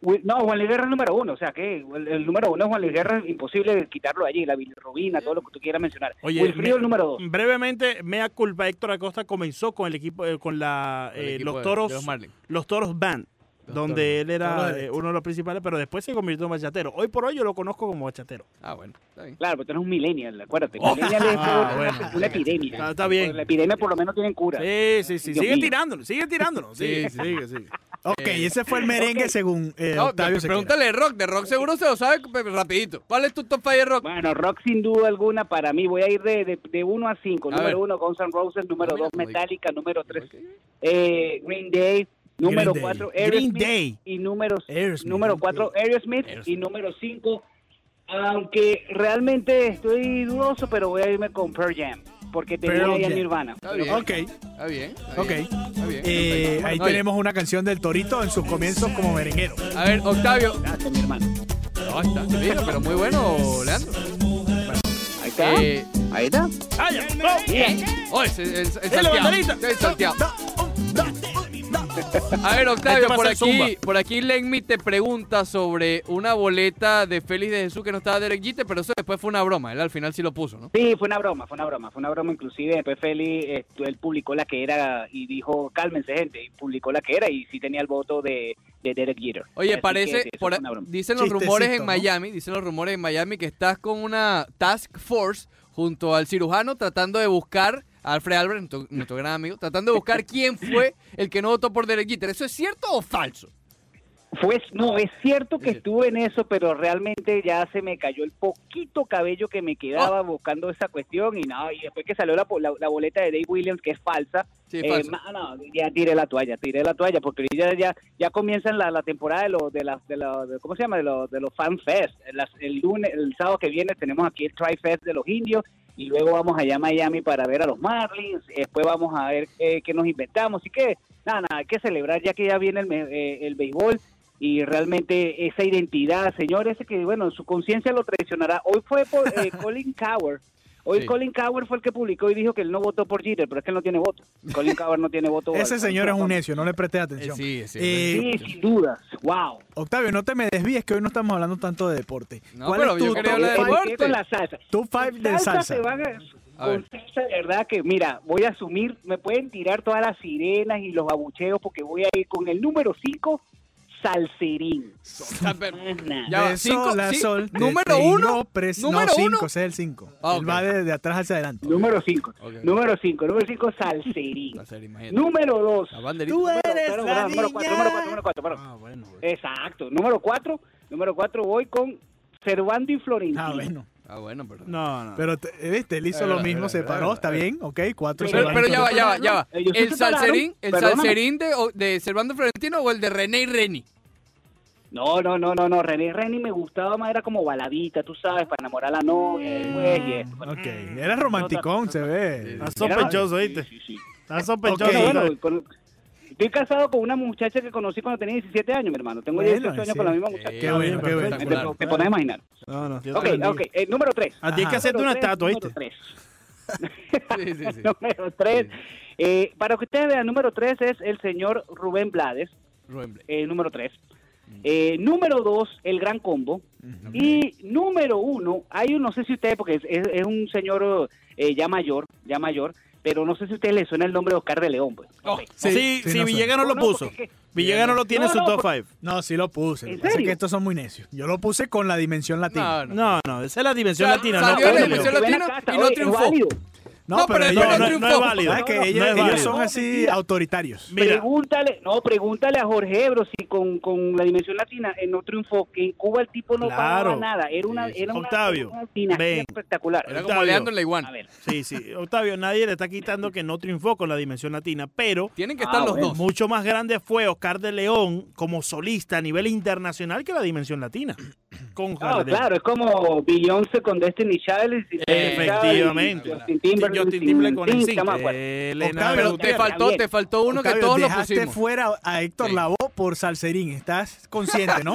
Wi- No, Juan Luis Guerra es número uno, o sea que el, el número uno es Juan Luis Guerra, es imposible de quitarlo allí, la bilirrubina, todo lo que tú quieras mencionar.
Oye, me-
Wilfrido el número dos.
favor. Brevemente, mea culpa, Héctor Acosta comenzó con el equipo, eh, con la,
El
eh,
equipo
los
de-
toros,
de los Marlins.
los toros band,
Los
donde él
Toros
era
del
eh,
Este.
uno de los principales, pero después se convirtió en bachatero. Hoy por hoy yo lo conozco como bachatero.
Ah, bueno, está bien.
Claro, pero tú eres un millennial, acuérdate. millennial es
ah,
una-
bueno. Ah,
una epidemia.
Está- está bien.
La epidemia por lo menos tienen cura.
Sí, sí, sí.
Dios
Sigue
mío.
tirándolo, sigue tirándolo.
Sí,
Sí,
sí,
sí,
sí.
sigue, sigue.
Ok, ese fue el merengue según eh,
Eh. No,
Octavio
pre-
Sequeira.
pregúntale de Rock, de Rock seguro se lo sabe pe- rapidito. ¿Cuál es tu top 5 de Rock?
Bueno, rock sin duda alguna para mí. Voy a ir de, de, 1 a 5.
A ver.
número 1, Guns N' Roses. Número
Ah, mira
2,
cómo digo.
Metallica. Número 3,
Ok.
eh, Green Day. Número
Day.
4,
Green
Aerosmith.
Day.
Y número,
Aerosmith,
número
Green
4, Aerosmith. Y
Aerosmith.
número 5, aunque realmente estoy dudoso, pero voy a irme con Pearl Jam. Porque tenía
Pearl
ahí a
Jam.
Nirvana.
Está bien.
Ok,
Está bien. Está
Ok.
bien, Está bien.
eh,
perfecto.
ahí
Oye,
tenemos una canción del Torito en sus comienzos como merenguero.
A ver, Octavio.
Gracias, mi hermano.
No, está divino, pero muy bueno, Leandro.
Ahí está.
Eh,
Ahí está.
¡Ay, no!
Bien.
Oye, el, el, el
¡Dale,
Santiago.
banderita!
El Santiago.
Da, um, da, um, da.
A ver, Octavio,
Este va a
por
ser
aquí,
Zumba.
por aquí Lenmi te pregunta sobre una boleta de Félix de Jesús que no estaba Derek Jeter, pero eso después fue una broma. Él al final sí lo puso, ¿no?
Sí, fue una broma, fue una broma, fue una broma inclusive. Después Feli, eh, él publicó la que era y dijo, cálmense gente, y publicó la que era y sí tenía el voto de, de Derek Jeter. Así
Oye,
que
parece,
sí, eso
por-
fue una broma.
dicen los
Chistecito,
rumores en
¿no?
Miami, dicen los rumores en Miami que estás con una task force junto al cirujano tratando de buscar a Alfred Albert, nuestro, nuestro gran amigo, tratando de buscar quién fue el que no votó por Derek Jeter. ¿Eso es cierto o falso?
Pues no, es cierto que
Es cierto.
estuve en eso, pero realmente ya se me cayó el poquito cabello que me
Oh.
quedaba buscando esa cuestión y nada, y después que salió la, po- la- la boleta de Dave Williams, que es falsa,
Sí,
eh,
falso.
ma- no, ya tiré la toalla, tiré la toalla, porque ya, ya, ya comienzan la, la temporada de los, de las, de los, de- ¿cómo se llama? De los, de los fan fest. Las- el lunes, el sábado que viene tenemos aquí el Tri Fest de los indios y luego vamos allá a Miami para ver a los Marlins, después vamos a ver eh, qué nos inventamos, así que nada, nada, hay que celebrar ya que ya viene el, me- eh, el béisbol y realmente esa identidad, señores, que bueno, su conciencia lo traicionará. Hoy fue por, eh, Colin Cowher. Hoy
Sí.
Colin Cowher fue el que publicó y dijo que él no votó por Jeter, pero es que él no tiene voto. Colin Cowher no tiene voto.
Ese señor es un necio, no le prestes
Eh,
atención.
sí, sí.
Eh,
Sí, sin dudas. Wow.
Octavio, no te me desvíes que hoy no estamos hablando tanto de deporte.
No,
¿Cuál
pero
es tu
yo quería
top
hablar de
five-
deporte.
Qué con la salsa.
Top 5 de salsa.
se van a-
A
con salsa, de verdad que, mira, voy a asumir, me pueden tirar todas las sirenas y los abucheos porque voy a ir con el número 5, Salserín.
Ya va,
De
cinco,
sol a
sí.
sol, te
Número
peinó
uno.
pres-
número
no, cinco,
uno.
ese es el cinco.
Ah,
Él
ok.
va de, de atrás hacia adelante.
Número 5.
Ok.
Número 5. Número 5, Salserín.
La serie, imagínate.
Número 2.
La banderita.
Tú eres
Número
la
4, número 4, número cuatro,
niña.
número cuatro, número-
Ah, bueno.
pues.
Exacto. Número 4. Número 4 voy con Cervando y Florentino.
Ah, bueno.
Ah, bueno, pero.
No, no.
Pero, te- eh, viste, él hizo
Es
lo
verdad,
mismo,
es
se
verdad,
paró,
es
está
verdad.
bien, ok, cuatro
Pero-
Pero, pero ya va, ya va, ya va.
Ellos se
¿El
separaron,
salserín, el
perdóname.
salserín de, o- de Servando Florentino o el de René y Reni?
No, no, no, no, no. René René me gustaba más, era como baladita, tú sabes, para enamorar a la
Eh,
novia, el güey y esto.
Ok, era romanticón, se ve.
Está
Era-
sospechoso, ¿viste?
Sí, sí, sí.
Está sospechoso.
Ok.
Bueno,
¿viste?
bueno, con- estoy casado con una muchacha que conocí cuando tenía 17 años, mi hermano. Tengo
Bueno,
18 años
sí.
con la misma muchacha.
Qué bueno, qué bueno.
Te-
Espectacular.
Te, pones a imaginar.
No, no. yo te
Ok,
entendí.
ok. eh, número 3.
Ah, tienes que
Ajá.
hacerte una estatua, ¿viste?
Sí, sí, sí.
Número 3.
Sí.
para que ustedes vean, número 3 es el señor Rubén Blades,
Rubén Blades.
eh, número 3.
Mm.
número 2, el gran combo. Y número 1, hay un, no sé si ustedes, porque es, es- es un señor eh, ya mayor, ya mayor, pero no sé si a ustedes les suena el nombre de Oscar de León. Pues.
Oh,
Ok.
Sí,
Sí,
sí,
sí, no sé.
Villegas no lo
No, porque
puso.
es que-
Villegas no lo tiene en
No,
su
no,
top
por-
5.
No, sí lo puse. Lo
¿En
que pasa es que
serio?
estos son muy necios. Yo lo puse con la dimensión latina.
No, no.
No, no, esa es la dimensión
Sal-
latina.
salió
no,
la
Leo.
dimensión
Ven
latina
acá,
y no
oye, es
triunfó.
válido.
No, pero
No,
Pero
no, no,
triunfó.
es válido.
¿sabes Ah, que
No
ellos,
es
ellos
válido.
son así autoritarios.
Mira,
Pregúntale, no, pregúntale a Jorge Ebro si con, con la dimensión latina eh, no triunfó, que en Cuba el tipo no
Claro.
pagaba nada, era una, era una,
Octavio,
una dinastía
ven.
espectacular.
Era como
Octavio.
Leandro en la iguana.
A ver,
sí, sí. Octavio, nadie le está quitando que no triunfó con la dimensión latina, pero
Tienen que
Ah,
estar los
bueno.
dos.
mucho más grande fue Oscar de León como solista a nivel internacional que la dimensión latina. Con
no,
Oscar de León.
Ah, claro, es como Beyoncé con Destiny Child. y-
Efectivamente.
y Justin Timberlake,
Justin Timberlake con el
sin-
zinc.
ya me acuerdo.
Elena
Octavio,
Pero te
Gabriel.
faltó, te faltó uno que
Octavio,
todos lo
dejaste
pusimos.
fuera a Héctor
Sí.
Lavoe por Salserín. Estás consciente, ¿no?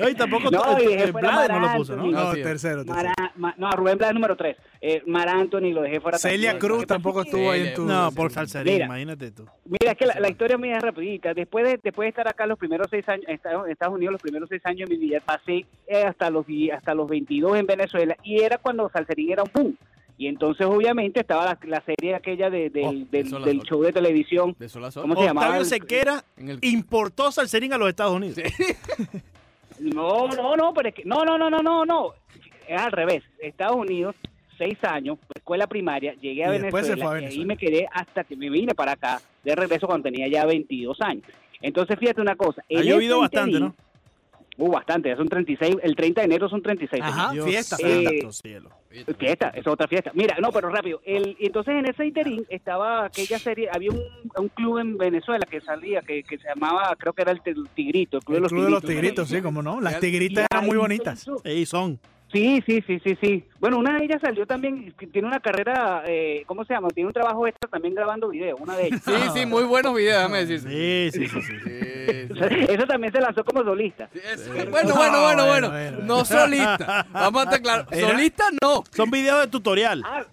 Ay, tampoco
No, y
eh,
dejé fuera
Blades no
Mar
lo puso, ¿no?
Anthony.
no,
sí.
tercero, tercero.
Mara- Ma- no, a Rubén Blas número 3. Eh, Mar Anthony lo dejé fuera.
Celia
también. Lo
Cruz
que pasa
tampoco
es que-
estuvo ahí en tu...
No, por Salserín,
Mira.
imagínate tú.
Mira, es que la, la historia mía es rapidita. Después de, después de estar acá los primeros seis años, en Estados en Estados Unidos los primeros seis años de mi vida, pasé eh, hasta los, die- hasta los 22 en Venezuela y era cuando Salserín era un boom. Y entonces obviamente estaba la, la serie aquella de- del-
Oh,
del,
eso la
del
toco.
show de televisión.
De sol a sol.
¿Cómo se llamaba?
Octavio
el-
Sequera
En el-
importó Salserín a los Estados Unidos.
No, no, no, pero es que, no, no, no, no, no, no. Es al revés. Estados Unidos, seis años, escuela primaria, llegué a
Y después
Venezuela,
se fue a
y ahí
Venezuela.
me quedé hasta que me vine para acá, de regreso cuando tenía ya 22 años. Entonces, fíjate una cosa.
Ha
en
llovido
ese
bastante,
interín-
¿no?
Uh, bastante, son 36, el 30 de enero son 36.
Ajá,
Dios
fiesta.
santo
Eh,
cielo.
Fiesta, es otra fiesta. Mira, no, pero rápido. El, entonces en ese interín estaba aquella serie, había un, un club en Venezuela que salía, que, que se llamaba, creo que era el, Tigritos Tigrito, el Club,
El Club de los
Tigritos.
Tigritos, sí, cómo no. Las
Y-
tigritas
Y
eran muy
ahí
bonitas.
comenzó.
Ey, son.
Sí, sí, sí, sí, sí. Bueno, una de ellas salió también, que tiene una carrera, eh, ¿cómo se llama? Tiene un trabajo extra también grabando videos, una de ellas.
Sí, sí, muy buenos videos, déjame decir.
Sí, sí, sí. sí.
Esa también se lanzó como solista.
Bueno, bueno,
No,
bueno,
bueno,
bueno.
bueno.
No solista. Vamos a estar claros.
Era-
Solista no.
Son videos de tutorial.
Ah,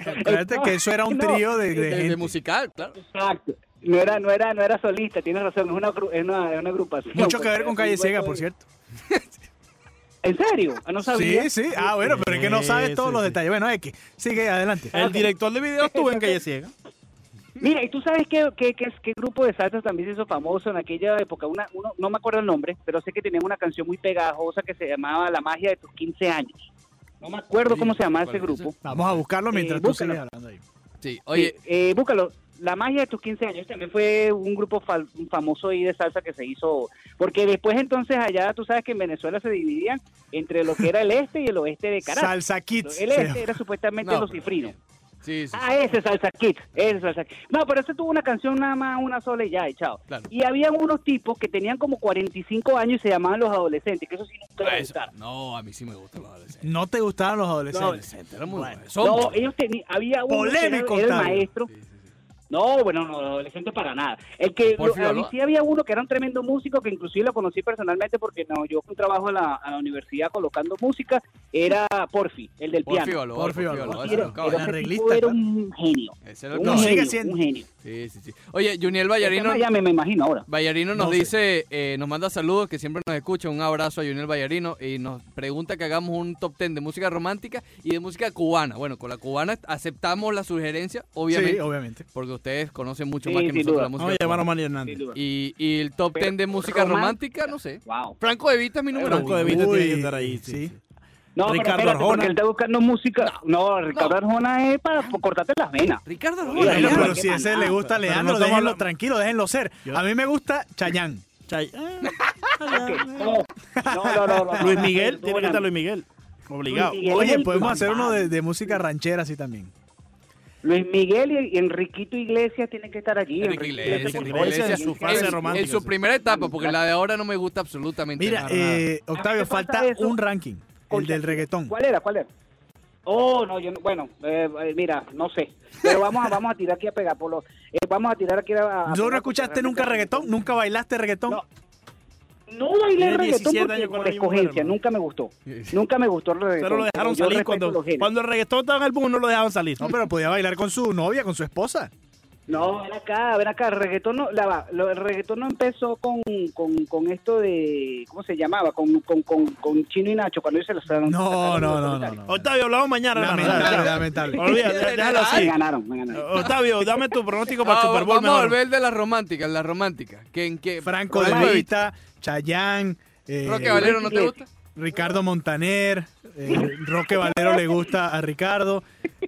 Acuérdate que eso era un
No.
trío de, de
De, de
gente.
musical, claro.
exacto. No era, no era, no era solista, tienes razón, es una, gru- es una, es una agrupación.
Mucho que
pues,
ver con
es
Calle
un
Ciega,
hueco
por
de-
cierto.
¿En serio? Ah, No sabía.
Sí, sí. Ah, bueno, pero es que no sabes
Sí,
todos
sí,
los
sí.
detalles. Bueno, X, sigue adelante.
Eh,
El director de videos estuvo en Calle Ciega.
Mira, ¿y tú sabes qué, qué, qué, qué grupo de salsas también se hizo famoso en aquella época? Una, uno, no me acuerdo el nombre, pero sé que tenían una canción muy pegajosa que se llamaba La magia de tus 15 años. No me acuerdo cómo se llamaba ese
¿Cuál es ese?
grupo.
Vamos a buscarlo mientras
Eh,
tú
búscalo.
sigues hablando ahí.
Sí, oye,
Sí, eh, búscalo. La magia de tus 15 años también fue un grupo fal- famoso ahí de salsa que se hizo, porque después entonces allá tú sabes que en Venezuela se dividían entre lo que era el este y el oeste de Caracas.
Salsa Kids.
el
se
este
llama.
era supuestamente
No,
los
pero-
cifrinos.
sí, sí.
Ah, ese es Salsa Kid, ese es Salsa Kid. No, pero ese tuvo una canción nada más, una sola y ya, y chao.
Claro.
Y habían unos tipos que tenían como 45 años y se llamaban los adolescentes, que eso sí nunca
Ah,
me
eso-
gustaron.
No, a mí sí me gustan los
este.
adolescentes.
No te gustaban los adolescentes.
Adolescentes, eran muy
Bueno.
buenos. Son
No,
buenos.
ellos tenían, había uno que era-
Polémico,
era, el
Octavio.
maestro.
Sí, sí, sí.
No, bueno, no, adolescente para nada. El que
Por
lo-
fin, ¿verdad?
sí había uno que era un tremendo músico, que inclusive lo conocí personalmente porque no, yo fui a un trabajo a la, a la universidad colocando música, era Porfi, el del
Porfi
piano.
Valor,
Porfi
Porfi
Valor.
Valor,
Porfi
ese
era,
nunca va a
era-
ganar.
ese tipo
arreglista,
era
claro.
un genio.
Ese era el
Un
que-
No, sigue
genio,
siendo.
un genio.
Sí, sí, sí. Oye, Juniel Vallarino,
Está en Miami, me imagino ahora.
Vallarino nos
No sé.
dice, eh, nos manda saludos, que siempre nos escucha. Un abrazo a Juniel Vallarino y nos pregunta que hagamos un top 10 de música romántica y de música cubana. Bueno, con la cubana aceptamos la sugerencia, obviamente.
Sí, obviamente.
porque ustedes conocen mucho
Sí,
más que
sin
nosotros
duda.
la música.
Vamos a llamar a
cubana.
Manny Hernández.
Sin duda.
y, y el top
Pero
10 de música romántica,
romántica,
no sé.
Wow.
Franco Evita es mi número
Franco
uno.
de Vita
Uy,
tiene que estar ahí. sí,
sí.
sí.
No,
Ricardo
pero espérate,
Arjona.
porque él está buscando música. No, Ricardo Arjona es para cortarte las venas.
Ricardo
Mira,
Arjona.
Bueno,
Leandro,
pero
qué
si ese
manazo.
le gusta
Pero
a
no
Leandro,
estamos
déjenlo
hablando-
tranquilo, déjenlo ser.
Yo-
A mí me gusta Chayán.
Chay- ah,
No, no, no, no, no.
Luis Miguel, tiene que estar Luis Miguel. Obligado.
Luis Miguel.
Oye,
el
podemos hacer uno de,
primado.
de música ranchera así también.
Luis Miguel y y Enriquito Iglesias tienen que estar allí.
Enrique Iglesias,
por
Enrique
favor.
Iglesias
en su
En,
fase
en
romántica,
su
sí.
primera etapa, porque la de ahora no me gusta absolutamente
Mira,
nada.
eh, Octavio,
¿Qué falta
falta
eso?
un ranking, el del reggaetón.
¿Cuál era? ¿Cuál era? Oh, no, yo no, bueno, eh, eh, mira, no sé. Pero vamos a, vamos a tirar aquí a pegar por los. eh, vamos a tirar aquí a. a
¿Tú no
pegar
escuchaste
porque
nunca
realmente-
reggaetón? ¿Nunca bailaste reggaetón?
No. No bailé
Tiene
reggaetón
17
porque
años
por
cuando vimos
escogencia,
Hermano.
nunca me gustó.
eh,
Sí.
Nunca me gustó el reggaetón.
Pero lo dejaron
pero yo
salir
respeto
cuando,
los géneros.
cuando el reggaetón estaba en el boom, no lo dejaban salir.
No, pero podía bailar con su novia, con su esposa.
No, ven acá, ven acá, el reggaetón no, la, va, lo- el reggaetón no empezó con, con, con esto de, ¿cómo se llamaba? Con, con, con, con Chino y Nacho, cuando ellos se lanzaron.
No, no, no, no. no.
Octavio, hablamos mañana. hermano. Dale.
Lamentable, lamentable.
Olvídate, déjalo
Me
así.
ganaron, me ganaron.
Octavio, dame tu pronóstico
No,
para el Super Bowl
vamos a
mejor.
volver de las románticas, las románticas. Que, en que,
Franco
Roque
de
Valero.
Vita, Chayán, eh,
Roque Valero, ¿no te gusta?
Ricardo Montaner, eh, Roque Valero le gusta a Ricardo,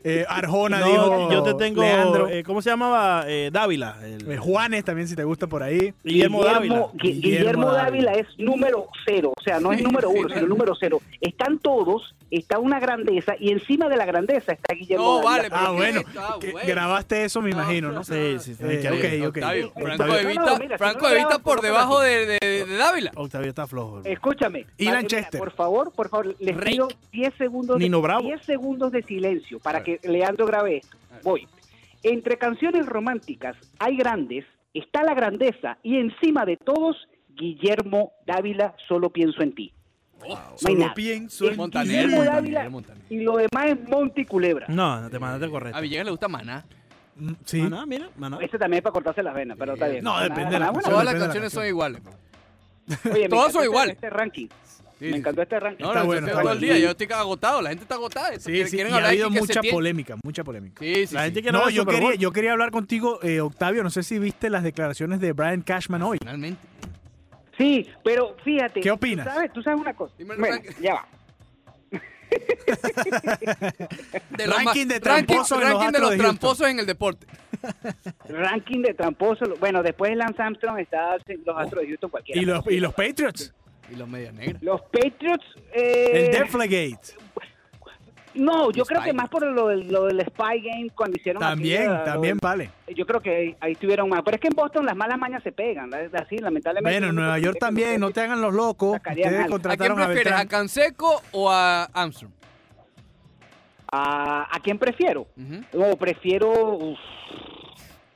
eh, Arjona
No,
dijo
yo te tengo,
Leandro,
eh, ¿cómo se llamaba? Eh, Dávila. el-
eh, Juanes también si te gusta por ahí.
Guillermo Dávila.
Gui- Guillermo,
Guillermo Dávila.
Dávila es número cero, o sea, no es
Sí,
número
sí,
uno,
no.
sino número cero. Están todos, está una grandeza y encima de la grandeza está Guillermo
No, vale,
Dávila.
Ah,
¿Qué
bueno,
está,
que
güey?
grabaste eso me
No,
imagino, ¿no?
Sí, sí, sí.
Eh,
que abrir.
ok, ok.
Octavio, Franco
Octavio.
de Vita,
No, mira, si
Franco
no
de
le
Vita
damos,
por
no le
debajo de, de- de Dávila.
Octavio está flojo. bro.
Escúchame.
Y
Vale,
Lanchester.
mira, Por favor, por favor, les
Rick.
pido 10 segundos,
Nino
de,
Bravo.
10 segundos de silencio
A
para que Leandro grabe esto.
ver.
Voy. Entre canciones románticas hay grandes, está la grandeza y encima de todos, Guillermo Dávila, solo pienso en ti.
Oh,
No hay nada.
pienso
Es
Montaner,
Guillermo
Montaner,
Dávila
Montaner.
y lo demás es Monte y Culebra.
No, no te mandaste correcto.
A Villegas le gusta Maná.
Mm, Sí.
Maná, mira, Maná.
Ese también es para cortarse las venas, pero está bien.
No, depende de la
Nada, nada,
canción.
Todas las
depende de la
canciones son
canción.
iguales.
nada. Oye,
Todas
me encantó
son
este-
iguales.
Este ranking.
Sí, sí,
Me encantó este ranking.
No,
Está
no,
bueno,
bueno,
está
todo el
bueno.
día. Yo estoy agotado. La gente está agotada.
Sí, sí, y ha habido mucha polémica, mucha polémica.
Sí, sí,
La
sí.
gente quiere ver
No,
el
yo
Super
quería,
Bowl.
yo quería hablar contigo, eh, Octavio. No sé si viste las declaraciones de Brian Cashman hoy.
Finalmente.
Sí, pero fíjate.
¿Qué opinas?
¿Tú sabes, tú sabes una cosa?
Dime el
Bueno,
ranking.
ya va.
De los ma-
Ranking de
ranking-
tramposos en los
ranking de
astros
los
de Houston.
tramposos en el deporte.
Ranking de tramposos. lo- Bueno, después de Lance Armstrong está los Astros de Houston cualquiera.
Oh. Y los, y los Patriots.
Y los medias negras.
Los Patriots. eh,
El Deflagate.
no, yo
Los
creo
Spy.
que más por lo, del- lo del Spy Game cuando hicieron.
También,
aquella-
también vale.
Yo creo que ahí, ahí tuvieron más. Pero es que en Boston las malas mañas se pegan. la- Así, lamentablemente.
Bueno, en Nueva York también, no te hagan los locos.
Sacarían
Ustedes
algo.
¿A quién
contrataron a
prefieres? ¿A
Beltrán.
Canseco o a Armstrong?
Ah, ¿A, a quién prefiero?
Ujú.
No, prefiero. uf,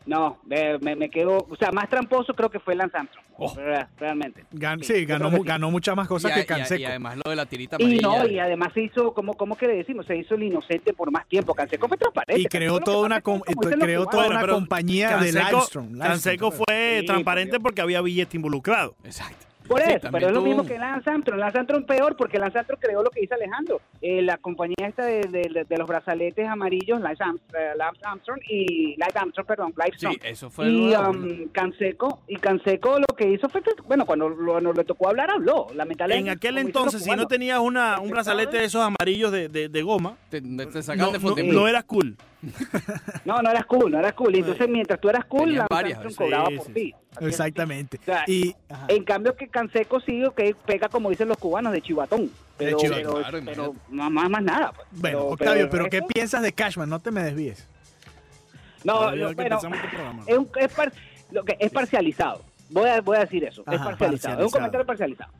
no, eh, me, me quedo. O sea, más tramposo creo que fue Lance Armstrong.
Oh.
re- Realmente.
Gan-
Sí,
sí,
yo
ganó,
creo
mu-
que sí.
ganó muchas más cosas
Y a- y
que
a-
Canseco.
Y además lo de la tirita
Y
amarilla.
no, y además se hizo, ¿cómo, cómo que le decimos? Se hizo el inocente por más tiempo. Canseco fue transparente.
Y creó
Canseco lo que
toda una,
pasa es
com- eh,
que, como dicen los
creó
cubanos,
toda
Bueno,
una
pero
compañía de
Canseco-
Livestream. Livestream.
Canseco fue
Sí,
transparente
por Dios.
porque había billete involucrado.
Exacto.
Por
Sí,
eso,
también
pero es lo
tuvo
mismo
un-
que Lance Armstrong. Lance Armstrong peor porque Lance Armstrong creó lo que dice Alejandro. eh, la compañía esta de, de- de los brazaletes amarillos, Lance Armstrong, Lance Armstrong y Lance Armstrong, perdón, Lance
Sí,
Armstrong.
eso fue
Y
lo-
um, Canseco, y Canseco lo que hizo fue que, bueno, cuando lo- nos le tocó hablar, habló, lamentablemente.
En aquel
como dicen los
entonces, si no
cubanos.
tenías una, un brazalete de esos amarillos de, de- de goma,
te, te sacaban
no,
de
no,
Fontainebleau.
no eras cool.
No, no eras cool, no eras cool. Y entonces, mientras tú eras cool,
Tenían
Lance
varias,
Armstrong
sí,
cobraba
sí,
por
sí.
ti.
Exactamente.
O sea,
Y eh, ajá.
En cambio que Canseco sí que pega como dicen los cubanos de chivatón, pero,
chivatón,
pero-
claro,
pero
imagínate.
no- más, más nada. pues.
bueno, Octavio,
el
pero ¿qué
resto-
piensas de Cashman? No te me desvíes.
No,
Había
lo-
que
bueno,
pensar mucho programa.
es, un- es par- lo que es parcializado. Voy a, voy a decir eso, es
Ajá,
parcializado.
parcializado.
Es un comentario parcializado.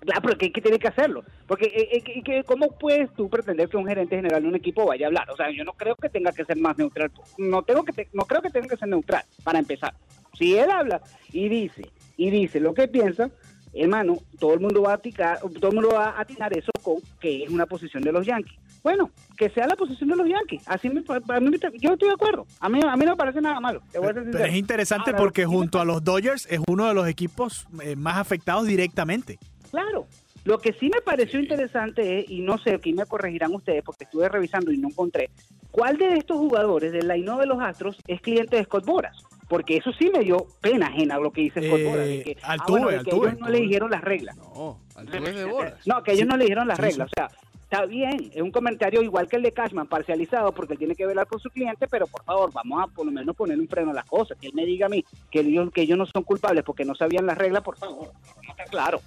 Claro, pero que, que tienes que hacerlo. Porque eh, eh, que- que- ¿cómo puedes tú pretender que un gerente general de un equipo vaya a hablar? O sea, yo no creo que tenga que ser más neutral. No tengo que te- no creo que tenga que ser neutral para empezar. Si él habla y dice y dice lo que piensa, hermano, todo el mundo va a aticar- todo el mundo va a atinar eso con que es una posición de los Yankees. Bueno, que sea la posición de los Yankees. Así me, pa- a mí me- yo estoy de acuerdo. A mí, a mí no me parece nada malo. te voy a ser
Pero,
sincero.
es interesante
Ahora,
porque
lo que sí me
junto a los Dodgers es uno de los equipos eh, más afectados directamente.
Claro. Lo que sí me pareció interesante es, y no sé, aquí me corregirán ustedes porque estuve revisando y no encontré, ¿cuál de estos jugadores del Laino de los Astros es cliente de Scott Boras? Porque eso sí me dio pena ajena lo que dice Scott
Eh,
Boras. de que, "Ah,
Altuve,
de que
Altuve,
ellos no
Altuve.
le dijeron las reglas.
No, al revés de bolas.
No, que ellos no le dijeron las
Sí,
reglas. O sea, está bien, es un comentario igual que el de Cashman, parcializado, porque él tiene que velar por su cliente, pero por favor, vamos a por lo menos poner un freno a las cosas. Que él me diga a mí que ellos, que ellos no son culpables porque no sabían las reglas, por favor, no está claro.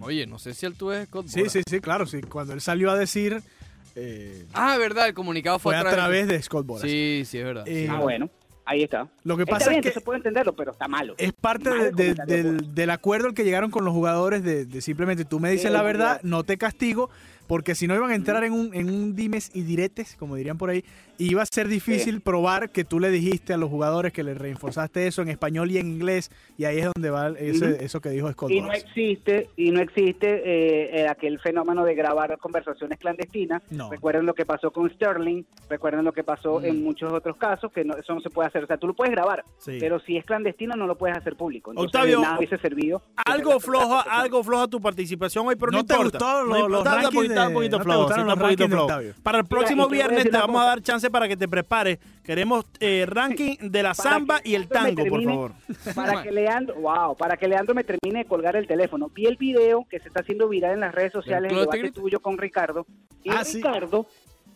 Oye, no sé si al tú es Scott
Sí,
Boras.
sí, sí, claro. Sí. Cuando él salió a decir, eh,
Ah, verdad, el comunicado
fue
fue,
a través de Scott Boras.
Sí, sí, es verdad.
Eh,
Ah, bueno, ahí está.
Lo que
está
pasa
bien,
es
entonces
que
puedo entenderlo, pero está malo.
es parte
Mal
de- de-
comentario,
del, del acuerdo al que llegaron con los jugadores de, de simplemente tú me dices
Sí,
la verdad,
olvídate.
no te castigo, porque si no iban a entrar en un, en un dimes y diretes, como dirían por ahí, y iba a ser difícil probar que tú le dijiste a los jugadores que le reforzaste eso en español y en inglés, y ahí es donde va ese-
Ujú.
eso que dijo Scott
y no
Boras.
existe y no existe eh, eh, aquel fenómeno de grabar conversaciones clandestinas
No.
recuerden lo que pasó con Sterling recuerden lo que pasó
Mm.
en muchos otros casos que no, eso no se puede hacer o sea tú lo puedes grabar
Sí.
pero si es clandestino no lo puedes hacer público Entonces,
Octavio,
de nada hubiese servido
Algo floja, algo floja tu participación hoy, pero no,
¿No te
importa. no
gustó los- los
importa, está un
rankings
poquito,
de-
un poquito
no te
flojo, sí,
gustaron
está
los
un poquito
rankings de
flojo.
Octavio?
Para el
Mira, y
próximo
te voy a
viernes
decir
te
una
vamos a
cosa.
dar chance para que te prepares. Queremos eh, ranking de la
Para
samba
que
y el
Leandro me
tango, por
termine.
favor.
para que Leandro wow para que Leandro me termine de colgar el teléfono vi el video que se está haciendo viral en las redes sociales el
Club de
debate
Tigres?
tuyo con Ricardo y
Ah, sí.
Ricardo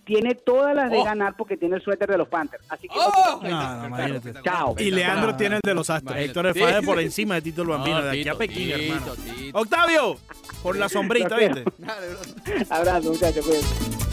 tiene todas las de
Oh.
ganar porque tiene el suéter de los Panthers así que
¡Oh!
no,
No, no, imagínate.
Chao.
Y Leandro
Ah.
tiene el de los astros.
Imagínate.
Héctor Fader por encima de Tito el Bambino, de aquí a Pekín, hermano. Octavio, por la sombrita,
Lo
¿viste?
quiero. abrazo muchachos cuídense.